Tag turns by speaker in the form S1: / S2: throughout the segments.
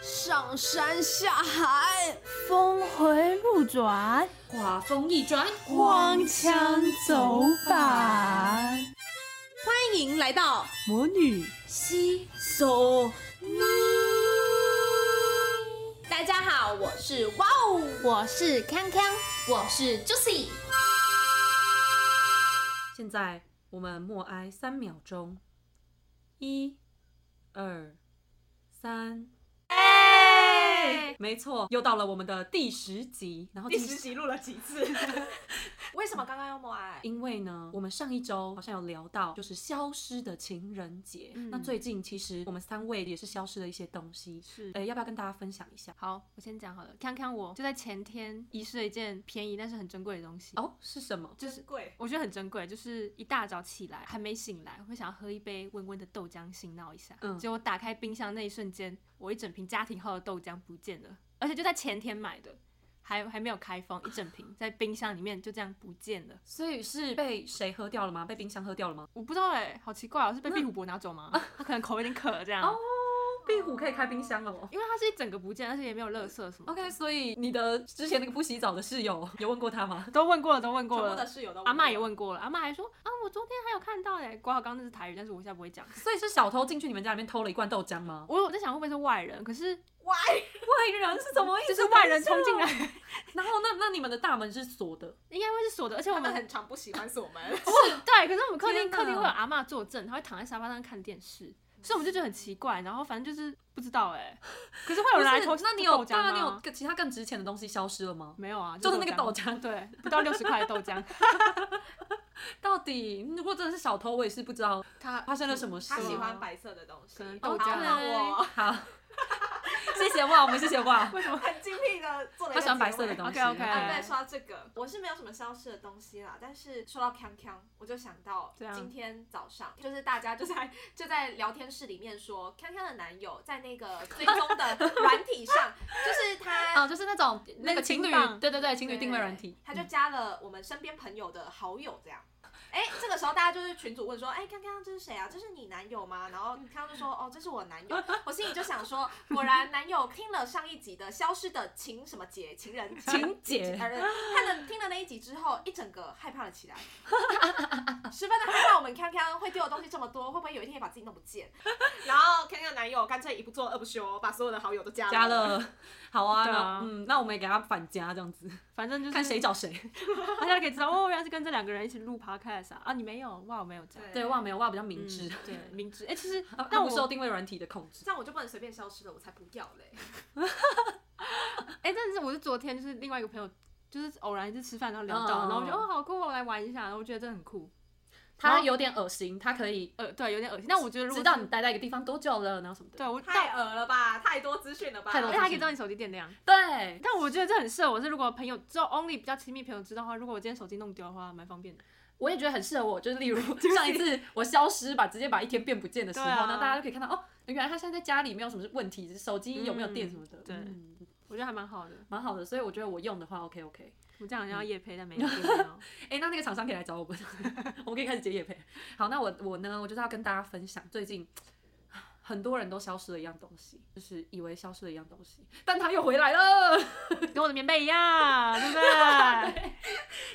S1: 上山下海，
S2: 峰回路转，
S3: 画风一转，
S2: 荒腔走板。
S1: 欢迎来到
S2: 魔女
S3: 西。
S1: So 咪。
S3: 大家好，我是哇哦，我是康康，我是 Juicy。
S4: 现在我们默哀三秒钟，一、二、三。哎，没错，又到了我们的第十集，然后第十集，
S1: 集录了几次？为什么刚刚要默啊哀？
S4: 因为呢，我们上一周好像有聊到就是消失的情人节，那最近其实我们三位也是消失了一些东西，
S2: 是
S4: 呃，要不要跟大家分享一下？
S5: 好，我先讲好了。看看我就在前天遗失了一件便宜但是很珍贵的东西，
S4: 哦，是什么？
S1: 就是贵，
S5: 我觉得很珍贵。就是一大早起来还没醒来，会想要喝一杯温温的豆浆醒脑一下。
S4: 嗯
S5: 结果打开冰箱那一瞬间，我一整瓶家庭号的豆浆不见了，而且就在前天买的，还还没有开封，一整瓶在冰箱里面就这样不见了。
S4: 所以是被谁喝掉了吗？被冰箱喝掉了吗？
S5: 我不知道哎、好奇怪哦，是被壁虎伯拿走吗？ 他可能口有点渴这样。
S4: 哦壁虎可以开冰箱哦。
S5: 因为它是一整个不见，而且也没有垃圾什么的。
S4: OK，所以你的之前那个不洗澡的室友有问过他吗？
S5: 都问过了，都问过
S1: 全部
S5: 了
S1: 的。室友都
S5: 阿妈也问过了，阿妈还说啊，我昨天还有看到哎，挂好刚刚那是台语，但是我现在不会讲。
S4: 所以是小偷进去你们家里面偷了一罐豆浆吗？
S5: 我有在想会不会是外人，可是
S1: 哇，
S4: 外人是怎么意
S5: 就
S4: 思？
S5: 是外人冲进来，
S4: 然后那那你们的大门是锁的，
S5: 应该会是锁的，而且我
S1: 他
S5: 们
S1: 们
S5: 很
S1: 很常不喜欢锁门。
S5: 对，可是我们客厅
S4: 天哪
S5: 客厅会有阿妈坐镇，她会躺在沙发上看电视，所以我们就觉得很奇怪，然后反正就是不知道哎，可是会有
S4: 不
S5: 人来
S4: 是
S5: 偷？
S4: 那你有
S5: 豆浆
S4: 当
S5: 吗
S4: 然你有其他更值钱的东西消失了吗？
S5: 没有啊？
S4: 就是那个豆浆，
S5: 对，不到六十块的豆 浆，
S4: 到底如果真的是小偷，我也是不知道
S5: 他
S4: 发生了什么事。
S1: 他喜欢白色的东西，哦
S5: 可能
S1: 好
S5: 豆浆啊
S1: 那我
S4: 哦好，谢谢哇，我们谢谢哇。
S5: 为什么？
S1: 很精辟的做了一个
S4: 他喜欢白色的东西。嗯
S5: OK，OK
S1: 啊，对，说到这个，我是没有什么消失的东西啦。但是说到康康，我就想到
S4: 啊
S5: 怎样
S1: 今天早上，就是大家就在 就在聊天室里面说，康康的男友在那个追踪的软体 上，就是他
S4: 哦，就是那种那个情侣
S5: 那个金，棒
S4: 对对对，情侣定位软体
S1: 对，他就加了我们身边朋友的好友这样。哎，这个时候大家就是群主问说，哎，刚刚这是谁啊？这是你男友吗？然后康康就说，哦，这是我男友。我心里就想说，果然男友听了上一集的消失的情什么节情人节
S4: 嗯 情节
S1: 呃，看了听了那一集之后，一整个害怕了起来， 十分的害怕我们康康会丢的东西这么多，会不会有一天也把自己弄不见？ 然后康康男友干脆一不做二不休，把所有的好友都加了
S4: 加了，好啊，
S5: 对
S4: 那
S5: 啊
S4: 嗯，那我们也给他反加这样子，
S5: 反正就是
S4: 看谁，找谁。
S5: 大家可以知道哦，原来是跟这两个人一起录 podcast 啊啊，你没有哇，我没有这样，
S4: 对，哇，没有哇，比较明
S5: 嗯
S4: 智。
S5: 对，明知哎，其实
S4: 啊
S5: 但
S4: 他
S5: 我
S4: 不受定位软体的控制。
S1: 这样我就不能随便消失了，我才不要嘞。
S5: 哎、但是我是昨天就是另外一个朋友，就是偶然一次吃饭，然后聊
S4: 嗯
S5: 到，
S4: 嗯嗯
S5: 然后我就哦好酷哦，我来玩一下，然后我觉得这很酷。然
S4: 他
S5: 后
S4: 有点恶心，他可以
S5: 呃，对，有点恶心。但我觉得如果
S4: 知道
S5: 是
S4: 你待在一个地方多久了，然后什么的。
S5: 对我
S1: 太
S5: 但
S1: 恶了吧，太多资讯了吧？
S4: 太多
S5: 而
S4: 了
S5: 且
S4: 资
S5: 还
S4: 讯
S5: 可以知道你手机电量，
S4: 对，
S5: 但我觉得这很适合我。是如果朋友只有 only 比较亲密朋友知道的话，如果我今天手机弄丢的话，蛮方便的。
S4: 我也觉得很适合我，就是例 如上一次我消失把直接把一天变不见的时候，
S5: 对啊
S4: 那大家就可以看到哦，原来他现在在家里没有什么问题，手机有没有电什么的，
S5: 对
S4: 嗯
S5: 我觉得还蛮好的。
S4: 蛮好的。所以我觉得我用的话，OK OK。
S5: 我这样好
S4: 嗯
S5: 像要夜配，但没有夜配哦。
S4: 哎、那那个厂商可以来找我们， 我们可以开始接业配。好，那我我呢，我就是要跟大家分享最近。很多人都消失了一样东西，就是以为消失了一样东西，但它又回来了。
S5: 跟我的棉被一样，对不对？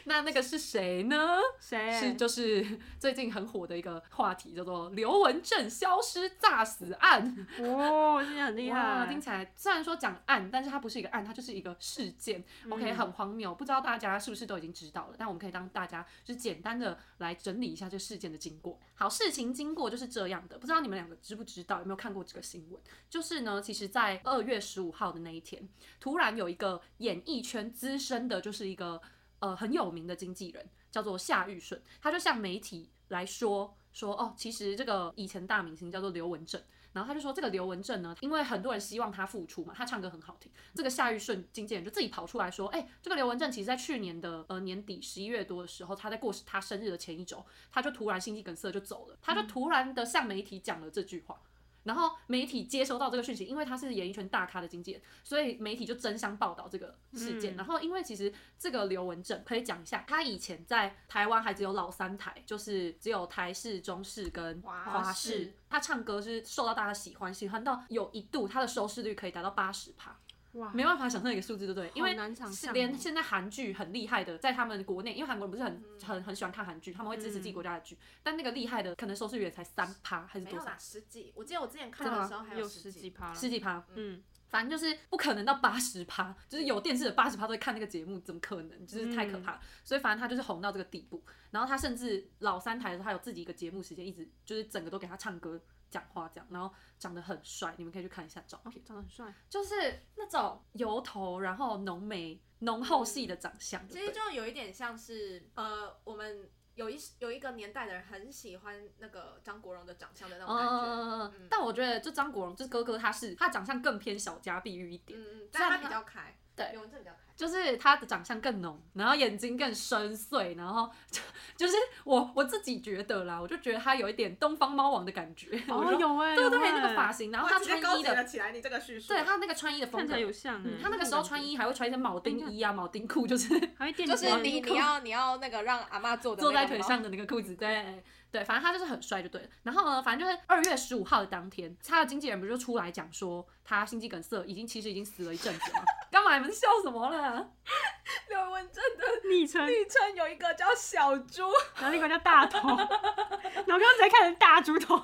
S4: 那那个是谁呢？
S5: 谁？
S4: 是就是 最近很火的一个话题，叫做刘文正消失诈死案。
S5: 哦，现在很厉
S4: 哇
S5: 害，
S4: 听起来虽然说讲案，但是它不是一个案，它就是一个事件。OK，很
S5: 嗯
S4: 荒谬，不知道大家是不是都已经知道了？但我们可以当大家就是简单的来整理一下这个事件的经过。好，事情经过就是这样的，不知道你们两个知不知道，有没有看过这个新闻？就是呢，其实，在二月十五号的那一天，突然有一个演艺圈资深的，就是一个呃很有名的经纪人，叫做夏玉顺，他就向媒体来说说哦，其实这个以前大明星叫做刘文正。然后他就说，这个刘文正呢，因为很多人希望他复出嘛，他唱歌很好听。这个夏玉顺经纪人就自己跑出来说，哎、这个刘文正其实在去年的呃年底十一月多的时候，他在过他生日的前一周，他就突然心肌梗塞就走了，他就突然的向媒体讲了这句话。然后媒体接收到这个讯息，因为他是演艺圈大咖的经纪人，所以媒体就争相报道这个事
S6: 嗯
S4: 件。然后因为其实这个刘文正可以讲一下，他以前在台湾还只有老三台，就是只有台视、中视跟
S1: 华
S4: 华
S1: 视
S4: 视。他唱歌是受到大家喜欢，喜欢到有一度他的收视率可以达到八十趴。
S6: 哇
S4: 没办法想象一个数字，对不对？因为
S6: 难想
S4: 是
S6: 象
S4: 连
S6: 哦
S4: 现在韩剧很厉害的，在他们国内，因为韩国人不是很很很喜欢看韩剧，他们会支持自己国家的剧，但那个厉害的可能收视率也才三趴还是
S1: 没
S4: 多
S1: 有
S4: 少
S1: 啦，，十几。我记得我之前看
S4: 真的
S1: 的
S4: 吗
S1: 时候还
S6: 有
S1: 十
S6: 十几趴了，
S4: 啊十几趴，
S6: 嗯，
S4: 反正就是不可能到八十趴，就是有电视的八十趴都会看那个节目，怎么可能？就是太可怕了。所以反正他就是红到这个地步。然后他甚至老三台的时候，他有自己一个节目时间，一直就是整个都给他唱歌、讲话这样，然后长得很帅，你们可以去看一下照片。
S6: 长得很帅，
S4: 哦就是那种油头，然后浓眉、浓厚系的长相。
S1: 其
S4: 对
S1: 实
S4: 不对
S1: 就有一点像是呃，我们有一有一个年代的人很喜欢那个张国荣的长相的那种感觉。
S4: 嗯
S1: 嗯
S4: 但我觉得就张国荣，就是哥哥，他是他长相更偏小家碧玉一点，
S1: 嗯嗯，但他比较开，
S4: 对
S1: 永正比较开。
S4: 就是他的长相更浓，然后眼睛更深邃，然后就就是我我自己觉得啦，我就觉得他有一点东方猫王的感觉。 我
S5: 哦
S4: 就，
S5: 有哎，
S4: 对对
S5: 有
S4: 对，
S5: 欸
S4: 那个发型，然后他穿衣的，
S1: 起来，你这个叙述
S4: 对他那个穿衣的风
S6: 看起
S4: 格
S6: 来。有像
S4: 嗯
S6: 哎，
S5: 欸
S4: 他那个时候穿衣还会穿一些铆钉衣啊、铆钉裤，就是
S6: 还会垫
S1: 就
S6: 脚
S1: 是
S6: 底
S1: 哦你你要你要那个让阿妈坐的
S4: 坐
S1: 那
S4: 在
S1: 个
S4: 腿
S1: 吗
S4: 上的那个裤子，对对，反正他就是很帅就对了。然后呢，反正就是二月十五号的当天，他的经纪人不是就出来讲说他心肌梗塞已经其实已经死了一阵子了吗？干嘛你们笑什么了？
S1: 刘文正的
S5: 昵称，
S1: 昵称有一个叫小猪，
S5: 然后另外叫大 头，然后刚刚才看成大猪 头，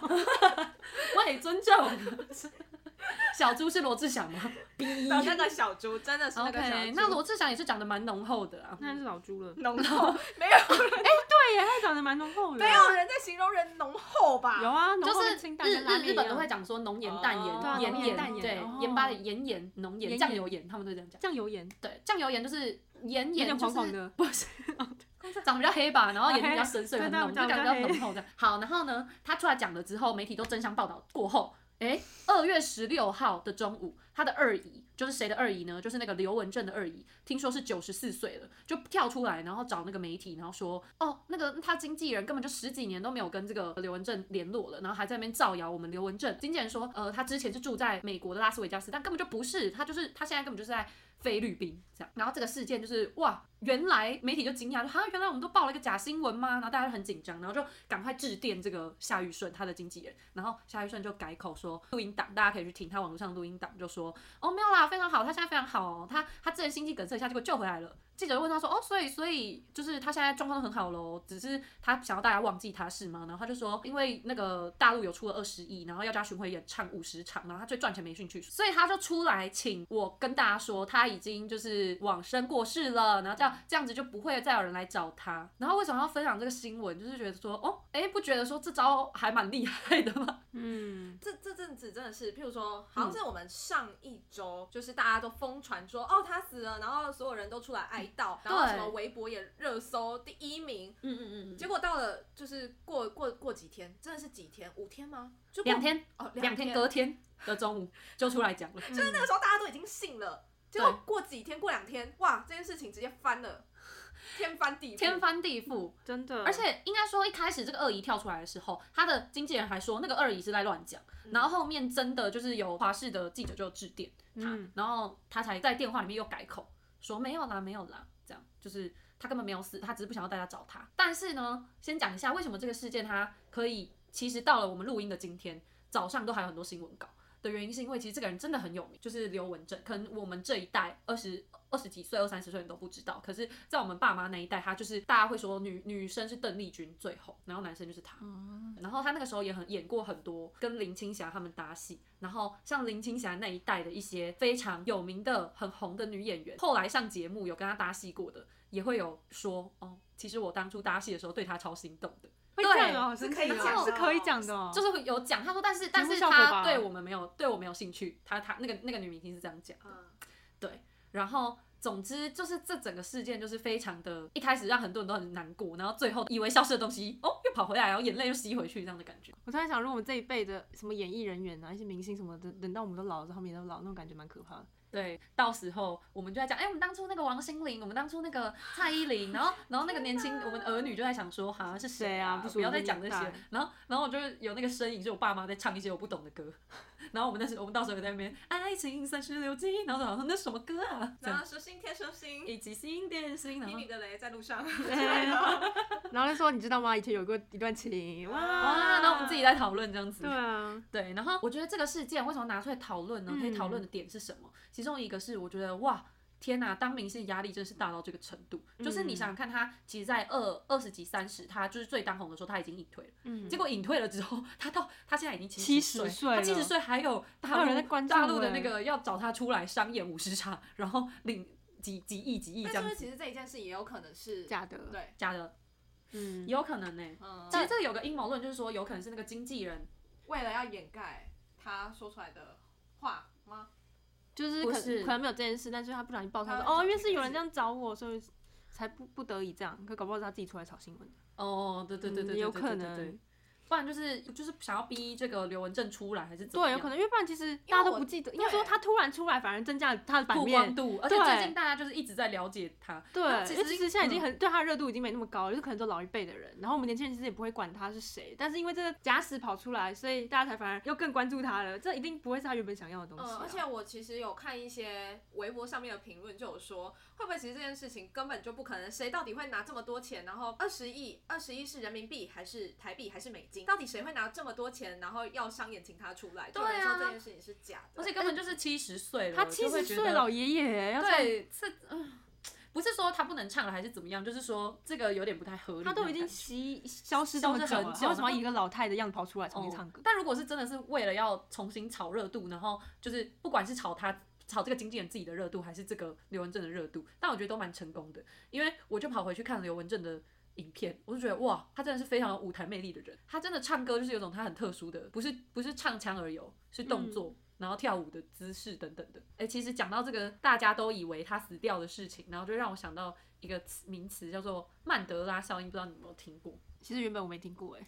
S4: 喂，尊重。小猪是罗志祥吗
S1: 那个小猪真的是那个小
S4: ？OK，
S1: 猪。
S4: 那罗志祥也是长得蛮浓厚的啊。
S6: 那是老猪了，
S1: 浓 厚没有人
S5: 哎对耶，他长得蛮浓厚的，
S1: 没有人在形容人浓厚吧？
S5: 有啊，浓
S4: 就
S5: 厚
S4: 是
S5: 跟清淡
S4: 日
S5: 跟拉
S4: 日
S5: 面
S4: 日
S5: 啊一样
S4: 本都会讲说浓盐淡
S1: 哦对啊
S4: 盐
S1: 浓
S4: 盐
S1: 盐淡
S4: 盐
S5: 盐
S4: 对
S5: 哦
S4: 盐巴的盐盐浓
S6: 盐
S4: 盐
S6: 盐
S4: 酱油盐，他们都这样讲。
S6: 酱油盐，
S4: 对，酱油盐就是盐
S6: 有
S4: 盐
S6: 点
S4: 就
S6: 黄
S4: 是
S6: 黄的，不是，
S4: 长得比较黑吧，然后眼睛比较深邃，
S5: 对
S4: 很
S5: 对
S4: 浓，就
S5: 长
S4: 感
S5: 得
S4: 觉
S5: 比
S4: 比较
S5: 较
S4: 浓厚的。好，然后呢，他出来讲了之后，媒体都争相报道过后，诶，二月十六号的中午，他的二姨就是谁的二姨呢？就是那个刘文正的二姨，听说是九十四岁了，就跳出来，然后找那个媒体，然后说，哦，那个他经纪人根本就十几年都没有跟这个刘文正联络了，然后还在那边造谣我们刘文正。经纪人说，呃，他之前是住在美国的拉斯维加斯，但根本就不是，他就是他现在根本就是在菲律宾这样。然后这个事件就是哇，原来媒体就惊讶，就哈，原来我们都报了一个假新闻吗？然后大家就很紧张，然后就赶快致电这个夏玉顺他的经纪人，然后夏玉顺就改口说录音档，大家可以去听他网络上的录音档，就说哦没有啦，非常好，他现在非常好、哦，他他之前心肌梗塞一下，结果救回来了。记者就问他说哦，所以所以就是他现在状况都很好喽，只是他想要大家忘记他是吗？然后他就说，因为那个大陆有出了二十亿，然后要加巡回演唱五十场，然后他最赚钱没兴趣，所以他就出来请我跟大家说，他已经就是往生过世了，然后这样这样子就不会再有人来找他。然后为什么要分享这个新闻？就是觉得说，哦，哎，不觉得说这招还蛮厉害的吗？
S6: 嗯，
S1: 这这阵子真的是，譬如说，好像是我们上一周，就是大家都疯传说，哦，他死了，然后所有人都出来哀悼，然后
S4: 对
S1: 什么微博也热搜第一名，
S4: 嗯嗯嗯
S1: 结果到了就是过过过几天，真的是几天，五天吗？就过
S4: 两天，
S1: 哦，
S4: 两
S1: 天
S4: 天，隔天的中 午就出来讲了。
S1: 就是那个时候大家都已经信了，结果过几天过两天，哇，这件事情直接翻了，天翻地覆嗯
S4: 天翻地覆，
S6: 真的，
S4: 而且应该说，一开始这个二姨跳出来的时候，她的经纪人还说那个二姨是在乱讲，
S1: 嗯
S4: 然后后面真的就是有华视的记者就致电她，
S6: 嗯
S4: 然后她才在电话里面又改口说没有啦，没有啦，这样就是她根本没有死，她只是不想要大家找她。但是呢，先讲一下为什么这个事件它可以，其实到了我们录音的今天早上都还有很多新闻稿。的原因是因为其实这个人真的很有名，就是刘文正，可能我们这一代二十二十几岁、二三十岁人都不知道，可是，在我们爸妈那一代，他就是大家会说女女生是邓丽君最红，然后男生就是他，然后他那个时候也很演过很多跟林青霞他们搭戏，然后像林青霞那一代的一些非常有名的、很红的女演员，后来上节目有跟他搭戏过的，也会有说哦，其实我当初搭戏的时候对他超心动的。
S5: 会
S4: 对
S5: 这样哦，
S1: 是
S5: 神
S1: 可以
S5: 奇哦
S1: 讲的
S5: 是可以讲的哦，
S4: 就是会有讲，他说，但是但是
S5: 节目效果
S4: 他
S5: 吧
S4: 对我们没有对我没有兴趣，他他那个那个女明星是这样讲，
S1: 嗯
S4: 然后总之就是这整个事件就是非常的，一开始让很多人都很难过，然后最后以为消失的东西哦又跑回来，然后眼泪又吸回去这样的感觉。
S6: 我突然想，如果我们这一辈的什么演艺人员啊，一些明星什么的，等到我们都老了之后，他们也都老，那种感觉蛮可怕的。
S4: 对，到时候我们就在讲，哎、我们当初那个王心凌，我们当初那个蔡依林，然后然后那个年轻我们儿女就在想说，哈、是谁啊？
S5: 谁啊不
S4: 不要再讲这
S5: 属于那
S4: 些
S5: 个年代。
S4: 然后然后我就是有那个身影，是我爸妈在唱一些我不懂的歌。 然后我们那时我们到时候也在那边《爱情三十六计》，然后就好像那什么歌啊？这
S1: 然
S4: 样
S1: 后说星天说星，
S4: 一起心电心，然
S1: 比
S4: 后
S1: 你的雷在路上。
S5: 然后就说你知道吗？以前有过一段情，哇，
S4: 啊，然后我们自己在讨论这样子。
S5: 对嗯啊，
S4: 对，然后我觉得这个事件为什么拿出来讨论呢？可以讨论的点是什么？其中一个是我觉得哇。天呐，当明星压力真是大到这个程度，就是
S5: 嗯
S4: 你想想看，他其实，在二二十几、三十，他就是最当红的时候，他已经隐退了。
S5: 嗯
S4: 结果隐退了之后，他到他现在已经
S5: 70岁
S4: 他
S5: 了
S4: 七十岁还有
S5: 还
S4: 大
S5: 有
S4: 陆
S5: 人在关注
S4: 大陆的那
S5: 欸
S4: 个要找他出来商演五十场，然后领几几亿几亿 这
S1: 但是不
S4: 样
S1: 是
S4: 子，
S1: 其实这一件事也有可能是
S5: 假的，
S1: 对，
S4: 假的
S5: 嗯，
S4: 有可能呢、欸
S1: 嗯
S4: 其，实这个有个阴谋论，就是说有可能是那个经纪人
S1: 为了要掩盖他说出来的话吗？
S5: 就是
S4: 不
S5: 可
S4: 是
S5: 可能没有这件事，但是他不小心爆出来说，
S1: 他
S5: 哦，因为是有人这样找我，所以才不不得已这样，可搞不好是他自己出来炒新闻的，
S4: 哦，对对对对
S5: 嗯
S4: 对，
S5: 有
S4: 对
S5: 可
S4: 对对对
S5: 能，
S4: 不然就是就是想要逼这个刘文正出来，还是怎么
S5: 对，
S4: 样？
S5: 有可能，因为不然其实大家都
S1: 我
S5: 不记得，
S1: 对
S5: 应该说他突然出来反而增加了他的版
S4: 曝光
S5: 面，
S4: 度，而且
S5: 对呃
S4: 最近大家就是一直在了解他，
S5: 对，
S4: 那
S5: 因为其实现在已经
S4: 嗯
S5: 很、对他的热度已经没那么高了，就是可能都老一辈的人，然后我们年轻人其实也不会管他是谁，但是因为这个假死跑出来，所以大家才反而又更关注他了，这一定不会是他原本想要的东西、
S1: 嗯，
S5: 啊
S1: 而且我其实有看一些微博上面的评论，就有说会不会其实这件事情根本就不可能，谁到底会拿这么多钱？然后二十亿，二十亿是人民币还是台币还是美金？到底谁会拿这么多钱，然后要商演请他出来？就有人
S4: 对啊
S1: 说这件事情是假的，
S4: 而且根本就是七十岁了，
S5: 呃他
S4: 就
S5: 七
S4: 会
S5: 十
S4: 觉
S5: 岁
S4: 得
S5: 老爷爷要唱，
S4: 对，这、嗯不是说他不能唱了还是怎么样，就是说这个有点不太合理那
S5: 他
S4: 种感觉。
S5: 都已经消消失这么久
S4: 消失很
S5: 了，
S4: 久
S5: 他为什么
S4: 然
S5: 要
S4: 后
S5: 以一个老太的样子跑出来重新
S4: 哦
S5: 唱歌？
S4: 但如果是真的是为了要重新炒热度，然后就是不管是炒他。炒这个经纪人自己的热度，还是这个刘文正的热度，但我觉得都蛮成功的，因为我就跑回去看刘文正的影片，我就觉得哇，他真的是非常有舞台魅力的人，他真的唱歌就是有种他很特殊的，不是不是唱腔而有，是动作，然后跳舞的姿势等等的。哎、其实讲到这个，大家都以为他死掉的事情，然后就让我想到一个词名词叫做曼德拉效应，不知道你有没有听过？
S5: 其实原本我没听过哎、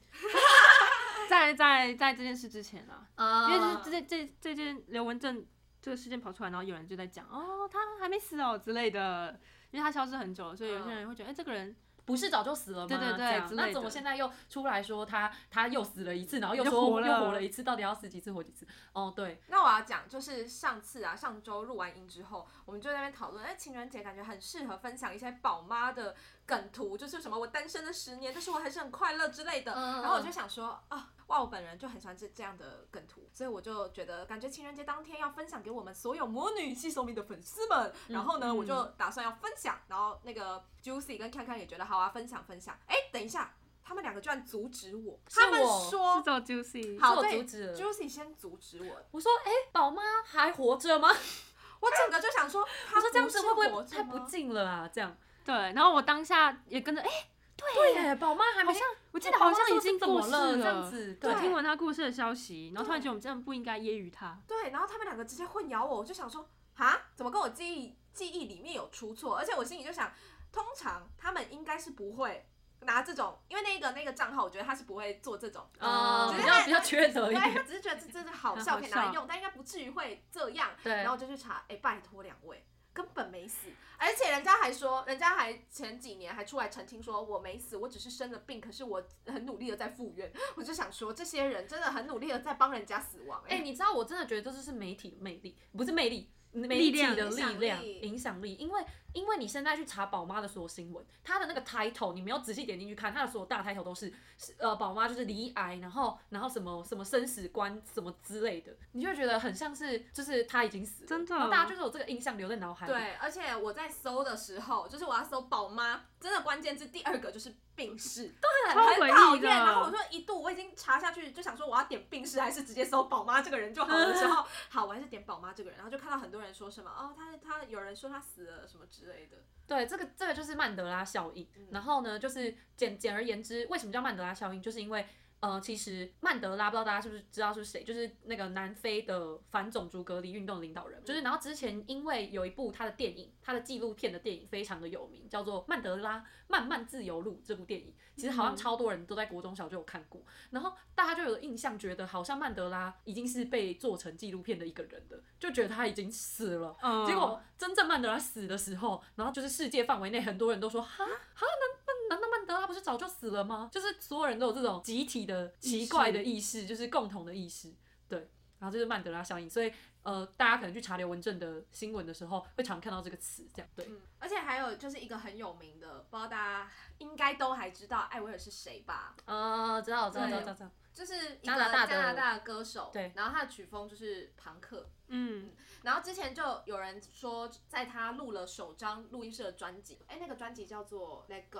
S5: 在在在这件事之前啊，
S4: 啊
S5: 因为就是这这这件刘文正这个事件跑出来，然后有人就在讲哦，他还没死哦之类的，因为他消失很久了，所以有些
S4: 嗯
S5: 人会觉得，哎、这个人
S4: 不是早就死了吗？
S5: 对对对
S4: 这样
S5: 之类的
S4: 那怎么现在又出来说他他又死了一次，然后又
S5: 又
S4: 说
S5: 活了
S4: 又活了一次，到底要死几次活几次？哦，对，
S1: 那我要讲，就是上次啊，上周录完音之后，我们就在那边讨论，哎，情人节感觉很适合分享一些宝妈的梗图，就是什么我单身了十年，但是我还是很快乐之类的。
S4: 嗯嗯
S1: 然后我就想说，啊，哇，我本人就很喜欢这这样的梗图，所以我就觉得，感觉情人节当天要分享给我们所有魔女细手米的粉丝们。
S4: 嗯
S1: 然后呢，我就打算要分享，然后那个 Juicy 跟看看也觉得好啊，分享分享。哎，等一下，他们两个居然阻止我，
S4: 是
S1: 他们
S4: 我
S5: 是
S1: 说。
S5: 走 juicy，
S1: 好，
S4: 是我
S1: 对
S4: 阻止了
S1: ，Juicy 先阻止我，
S4: 我说，哎、宝妈还活着吗？
S1: 我整个就想说，
S4: 我
S1: 他
S4: 说这样子会不
S1: 活
S4: 会
S1: 着
S4: 太
S1: 吗
S4: 不敬了啊？这样
S5: 对，然后我当下也跟着，哎、
S4: 对耶，宝妈还没
S5: 好像我记得好像已经
S4: 怎么
S5: 过世
S4: 了这样子，对
S5: 我听完他过世的消息，然后突然觉得我们真的不应该揶揄他，
S1: 对，然后他们两个直接混淆我，我就想说，啊，怎么跟我记忆记忆里面有出错？而且我心里就想，通常他们应该是不会拿这种，因为那个那个账号，我觉得他是不会做这种。
S4: 啊、
S5: 嗯
S4: 比较比较缺德一
S1: 对，他
S4: 点，
S1: 只是觉得这真的好笑，可以拿来用，但应该不至于会这样。
S4: 对
S1: 然后我就去查，哎、拜托两位，根本没死，而且人家还说，人家还前几年还出来澄清说我没死，我只是生了病，可是我很努力的在复原。 我就想说，这些人真的很努力的在帮人家死亡、
S4: 哎、
S1: 哎、
S4: 你知道我真的觉得这就是媒体魅力，不是魅力。媒
S5: 力
S4: 体
S5: 量
S4: 的
S1: 影
S4: 力
S1: 响
S4: 量、
S1: 力
S4: 影响力，因为因为你现在去查宝妈的所有新闻，她的那个 title 你没有仔细点进去看，她的所有大 title 都是是呃宝妈就是离癌，然后然后什么什么生死观什么之类的，你就会觉得很像是就是她已经死了，
S5: 真的
S4: 然后大家就是有这个印象留在脑海里。
S1: 对，而且我在搜的时候，就是我要搜宝妈，真的关键字第二个就是病逝，
S5: 超
S1: 很讨
S5: 诡异
S1: 厌。然后我就。
S5: 的
S1: 一度我已经查下去，就想说我要点病逝还是直接搜宝妈这个人就好 了。之后好，我还是点宝妈这个人，然后就看到很多人说什么哦，他他有人说他死了什么之类的。
S4: 对，这个这个就是曼德拉效应。然后呢，就是简简而言之，为什么叫曼德拉效应？就是因为呃，其实曼德拉不知道大家是不是知道是谁，就是那个南非的反种族隔离运动领导人，就是然后之前因为有一部他的电影，他的纪录片的电影非常的有名，叫做《曼德拉漫漫自由路》这部电影，其实好像超多人都在国中小就有看过，然后大家就有印象，觉得好像曼德拉已经是被做成纪录片的一个人的，就觉得他已经死了。
S6: 嗯
S4: 结果真正曼德拉死的时候，然后就是世界范围内很多人都说哈哈，难难道曼德拉不是早就死了吗？就是所有人都有这种集体的奇怪的意识，就是共同的意识，对。然后这是曼德拉效应，所以呃，大家可能去查刘文正的新闻的时候，会常看到这个词，这样对。
S1: 嗯，而且还有就是一个很有名的，不知道大家应该都还知道艾薇儿是谁吧？
S4: 啊，知道，知
S1: 道知道
S4: 知道。
S1: 就是一个
S4: 加拿大的
S1: 加拿大的歌手，
S4: 对
S1: 然后他的曲风就是朋克，
S6: 嗯，
S1: 然后之前就有人说，在他录了首张录音室的专辑，哎，那个专辑叫做《Let Go》，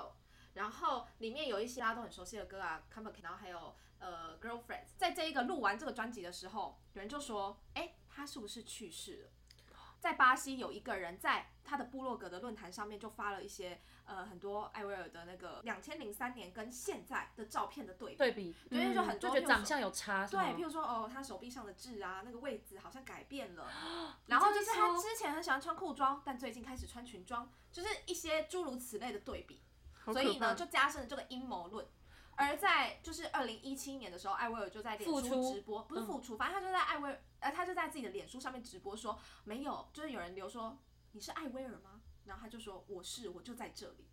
S1: 然后里面有一些大家都很熟悉的歌啊，Come Again，然后还有呃《Girlfriend》。在这一个录完这个专辑的时候，有人就说，哎，他是不是去世了？在巴西有一个人在他的部落格的论坛上面就发了一些呃很多艾薇儿的那个两千零三年跟现在的照片的对比，
S4: 对比，
S1: 对，就很
S4: 嗯就
S1: 多譬
S4: 觉得
S1: 如说
S4: 长相有差，是
S1: 对
S4: 吗，
S1: 譬如说哦，他手臂上的痣啊，那个位置好像改变 了，然后就是他之前很喜欢穿裤装，但最近开始穿裙装，就是一些诸如此类的对比，所以呢，就加深了这个阴谋论。而在就是二零一七年的时候，艾薇儿就在脸
S4: 复出
S1: 书直播，不是
S4: 嗯
S1: 复出，反正他就在艾薇儿，呃，他就在自己的脸书上面直播说，没有，就是有人留说你是艾薇儿吗？然后他就说我是，我就在这里。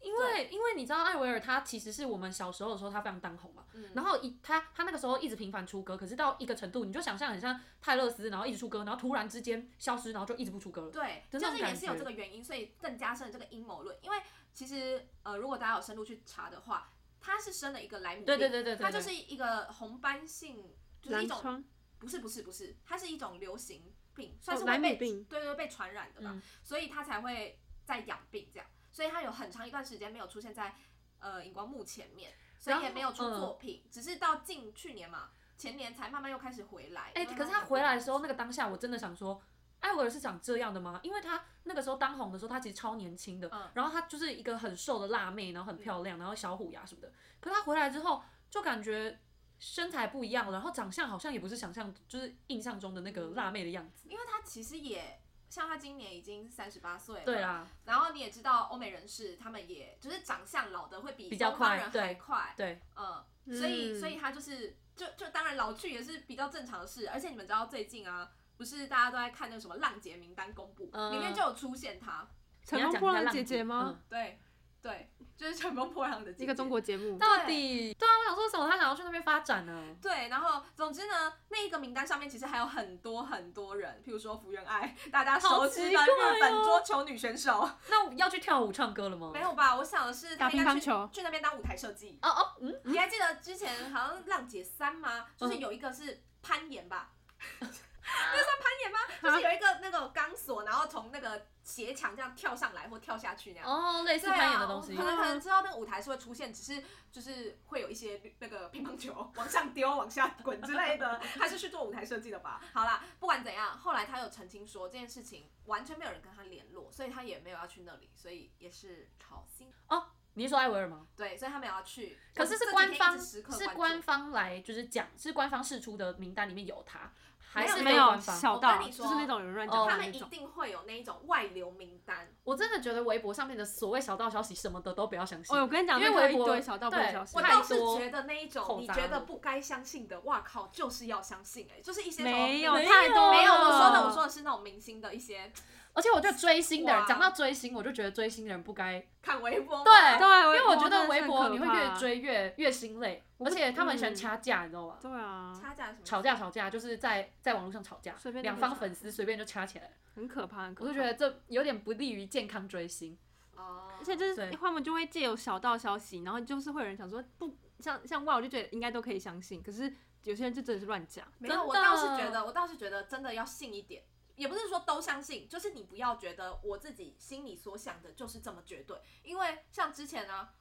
S4: 因为因为你知道艾薇儿她其实是我们小时候的时候她非常当红嘛，
S1: 嗯
S4: 然后一她她那个时候一直频繁出歌，可是到一个程度你就想象很像泰勒斯，然后一直出歌，然后突然之间消失，然后就一直不出歌了。
S1: 对，就
S4: 的那种
S1: 是也
S4: 感
S1: 是有
S4: 觉
S1: 这个原因，所以更加深了这个阴谋论。因为其实呃，如果大家有深入去查的话，他是生了一个莱姆病，
S4: 对对对对对，
S1: 它就
S4: 对
S1: 是一个红斑性，就是一
S5: 狼
S1: 种
S5: 疮
S1: 不是不是不是，它是一种流行病，
S4: 哦
S1: 算是
S5: 莱
S1: 会
S5: 姆
S1: 被、
S5: 病
S1: 对对被传染的吧，
S4: 嗯
S1: 所以他才会在养病这样，所以他有很长一段时间没有出现在呃荧光幕前面，所
S4: 然
S1: 以
S4: 后
S1: 也没有出
S4: 嗯
S1: 作品，只是到近去年嘛，前年才慢慢又开始回来。
S4: 哎、
S1: 因为
S4: 可是他回来的时候，那个当下，我真的想说，艾薇儿是长这样的吗？因为他那个时候当红的时候，他其实超年轻的，
S1: 嗯
S4: 然后他就是一个很瘦的辣妹，然后很漂亮，然后小虎牙什么的。可是他回来之后，就感觉身材不一样了，然后长相好像也不是想象，就是印象中的那
S1: 嗯
S4: 个辣妹的样子。
S1: 因为他其实也像他今年已经三十八岁了，
S4: 对啊啦，
S1: 然后你也知道，欧美人士他们也就是长相老的会比
S4: 比较
S1: 东方
S4: 快
S1: 人
S4: 对
S1: 还快，
S4: 对，
S1: 嗯，所以
S5: 嗯
S1: 所以他就是就就当然老去也是比较正常的事，而且你们知道最近啊，不是大家都在看那个什么浪姐名单公布，
S4: 嗯
S1: 里面就有出现他，
S5: 乘
S4: 你要讲
S5: 风破
S4: 一下
S5: 浪的
S4: 浪
S5: 姐
S4: 姐嗯
S5: 姐吗？
S1: 对对，就是乘风破浪的姐姐
S5: 一个中。国节目，
S4: 到底对啊，我想说什么？他想要去那边发展呢？
S1: 对，然后总之呢，那一个名单上面其实还有很多很多人，譬如说福原爱，大家熟知的
S4: 好奇怪哦
S1: 日本桌球女选手，
S4: 那要去跳舞唱歌了吗？
S1: 没有吧？我想的是他应
S5: 打
S1: 该
S5: 乒乓
S1: 去
S5: 球
S1: 去那边当舞台设计。
S4: 哦哦，嗯，
S1: 你还记得之前好像《浪姐三》吗？就是
S4: 嗯
S1: 有一个是攀岩吧，
S4: 啊
S1: 那算攀岩吗？就是有一个那个钢索，然后从那个斜墙这样跳上来或跳下去那样。
S4: 哦，类似
S1: 对
S4: 攀
S1: 啊，
S4: 岩的东西
S1: 可。能可能知道那个舞台是会出现，只是就是会有一些那个乒乓球往上丢、往下滚之类 的，他是去做舞台设计的吧？好啦，不管怎样，后来他有澄清说这件事情完全没有人跟他联络，所以他也没有要去那里，所以也是炒新。
S4: 你是说艾薇儿吗？
S1: 对，所以他没有要去。
S4: 可
S1: 我这
S4: 是是
S1: 几
S4: 官
S1: 天一
S4: 方
S1: 直时
S4: 是
S1: 刻关注
S4: 官方来就是讲，是官方释出的名单里面有他，还是
S1: 没
S4: 非
S5: 有
S4: 官方？
S5: 小
S1: 我
S5: 到
S1: 跟你
S5: 就
S1: 说
S5: 是那种有人乱
S4: 哦
S5: 讲
S1: 他
S5: 话
S1: 们
S5: 那
S1: 一
S5: 种，
S1: 定会有那一种外流名单，
S4: 我真的觉得微博上面的所谓小道消息什么的都不要相信
S5: 哦，。我跟你讲，
S4: 因为
S5: 那个
S4: 微
S5: 一
S4: 博
S5: 堆小道不
S4: 对
S5: 小心
S1: 我
S4: 太
S1: 倒是
S4: 多
S1: 觉得那一种
S4: 口
S1: 你
S4: 杂
S1: 觉得
S4: 了
S1: 不该相信的，哇靠，就是要相信哎、就是一些什么
S5: 没有
S4: 没有
S5: 太多了，
S1: 没有我说的，我
S4: 了
S1: 说的是那种明星的一些
S4: 而且我觉得追星的人，
S1: 哇
S4: 讲到追星，我就觉得追星的人不该
S1: 看微博，
S4: 对，
S5: 对，
S4: 因为我觉
S5: 真的
S4: 得
S5: 是
S4: 微
S5: 很
S4: 博
S5: 可
S4: 你会
S5: 怕嗯
S4: 越，追越越心累，而且他们很喜欢掐架，你知道吗？
S5: 对啊，
S1: 掐架什么
S4: 吵架吵架就是在在网络上吵架
S5: 随，便
S4: 两
S5: 都
S4: 方
S5: 会
S4: 粉丝随便就掐起来，
S5: 很可怕，很可
S4: 我
S5: 怕
S4: 就觉。得这有点不利于健康追星。
S1: 哦，
S5: 而且就
S4: 对
S5: 是他们就会借由小道消息，然后就是会有人想说不像像哇，我就觉得应该都可以相信，可是有些人就真的是乱讲，
S1: 没有，我
S4: 真的
S1: 倒是觉得，我倒是觉得真的要信一点，也不是说都相信，就是你不要觉得我自己心里所想的就是这么绝对，因为像之前呢、啊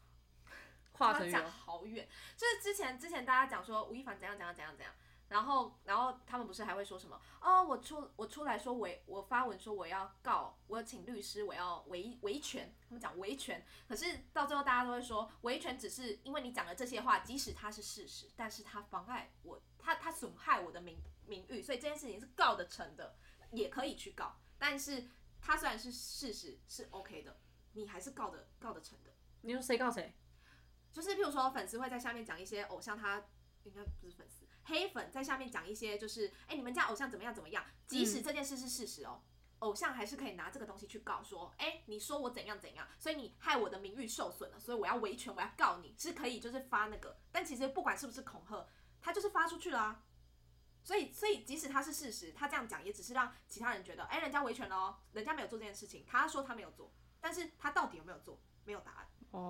S4: 华
S1: 他
S4: 晨宇
S1: 讲好远，就是之前之前大家讲说吴亦凡怎样怎样怎样怎样，然后，然后他们不是还会说什么？哦，我出我出来说我我发文说我要告，我请律师，我要维维权。他们讲维权，可是到最后大家都会说维权只是因为你讲了这些话，即使它是事实，但是它妨碍我，它它损害我的名名誉，所以这件事情是告得成的，也可以去告。但是它虽然是事实是 OK 的，你还是告得告得成的。
S4: 你说谁告谁？
S1: 就是譬如说粉丝会在下面讲一些偶像他应该不是粉丝黑粉在下面讲一些就是哎、诶你们家偶像怎么样怎么样，即
S4: 嗯
S1: 使这件事是事实哦。偶像还是可以拿这个东西去告说，哎、你说我怎样怎样，所以你害我的名誉受损了，所以我要维权，我要告你，是可以就是发那个，但其实不管是不是恐吓，他就是发出去了、啊，所以所以即使他是事实，他这样讲也只是让其他人觉得，哎、人家维权了哦，人家没有做这件事情，他说他没有做，但是他到底有没有做，没有答案。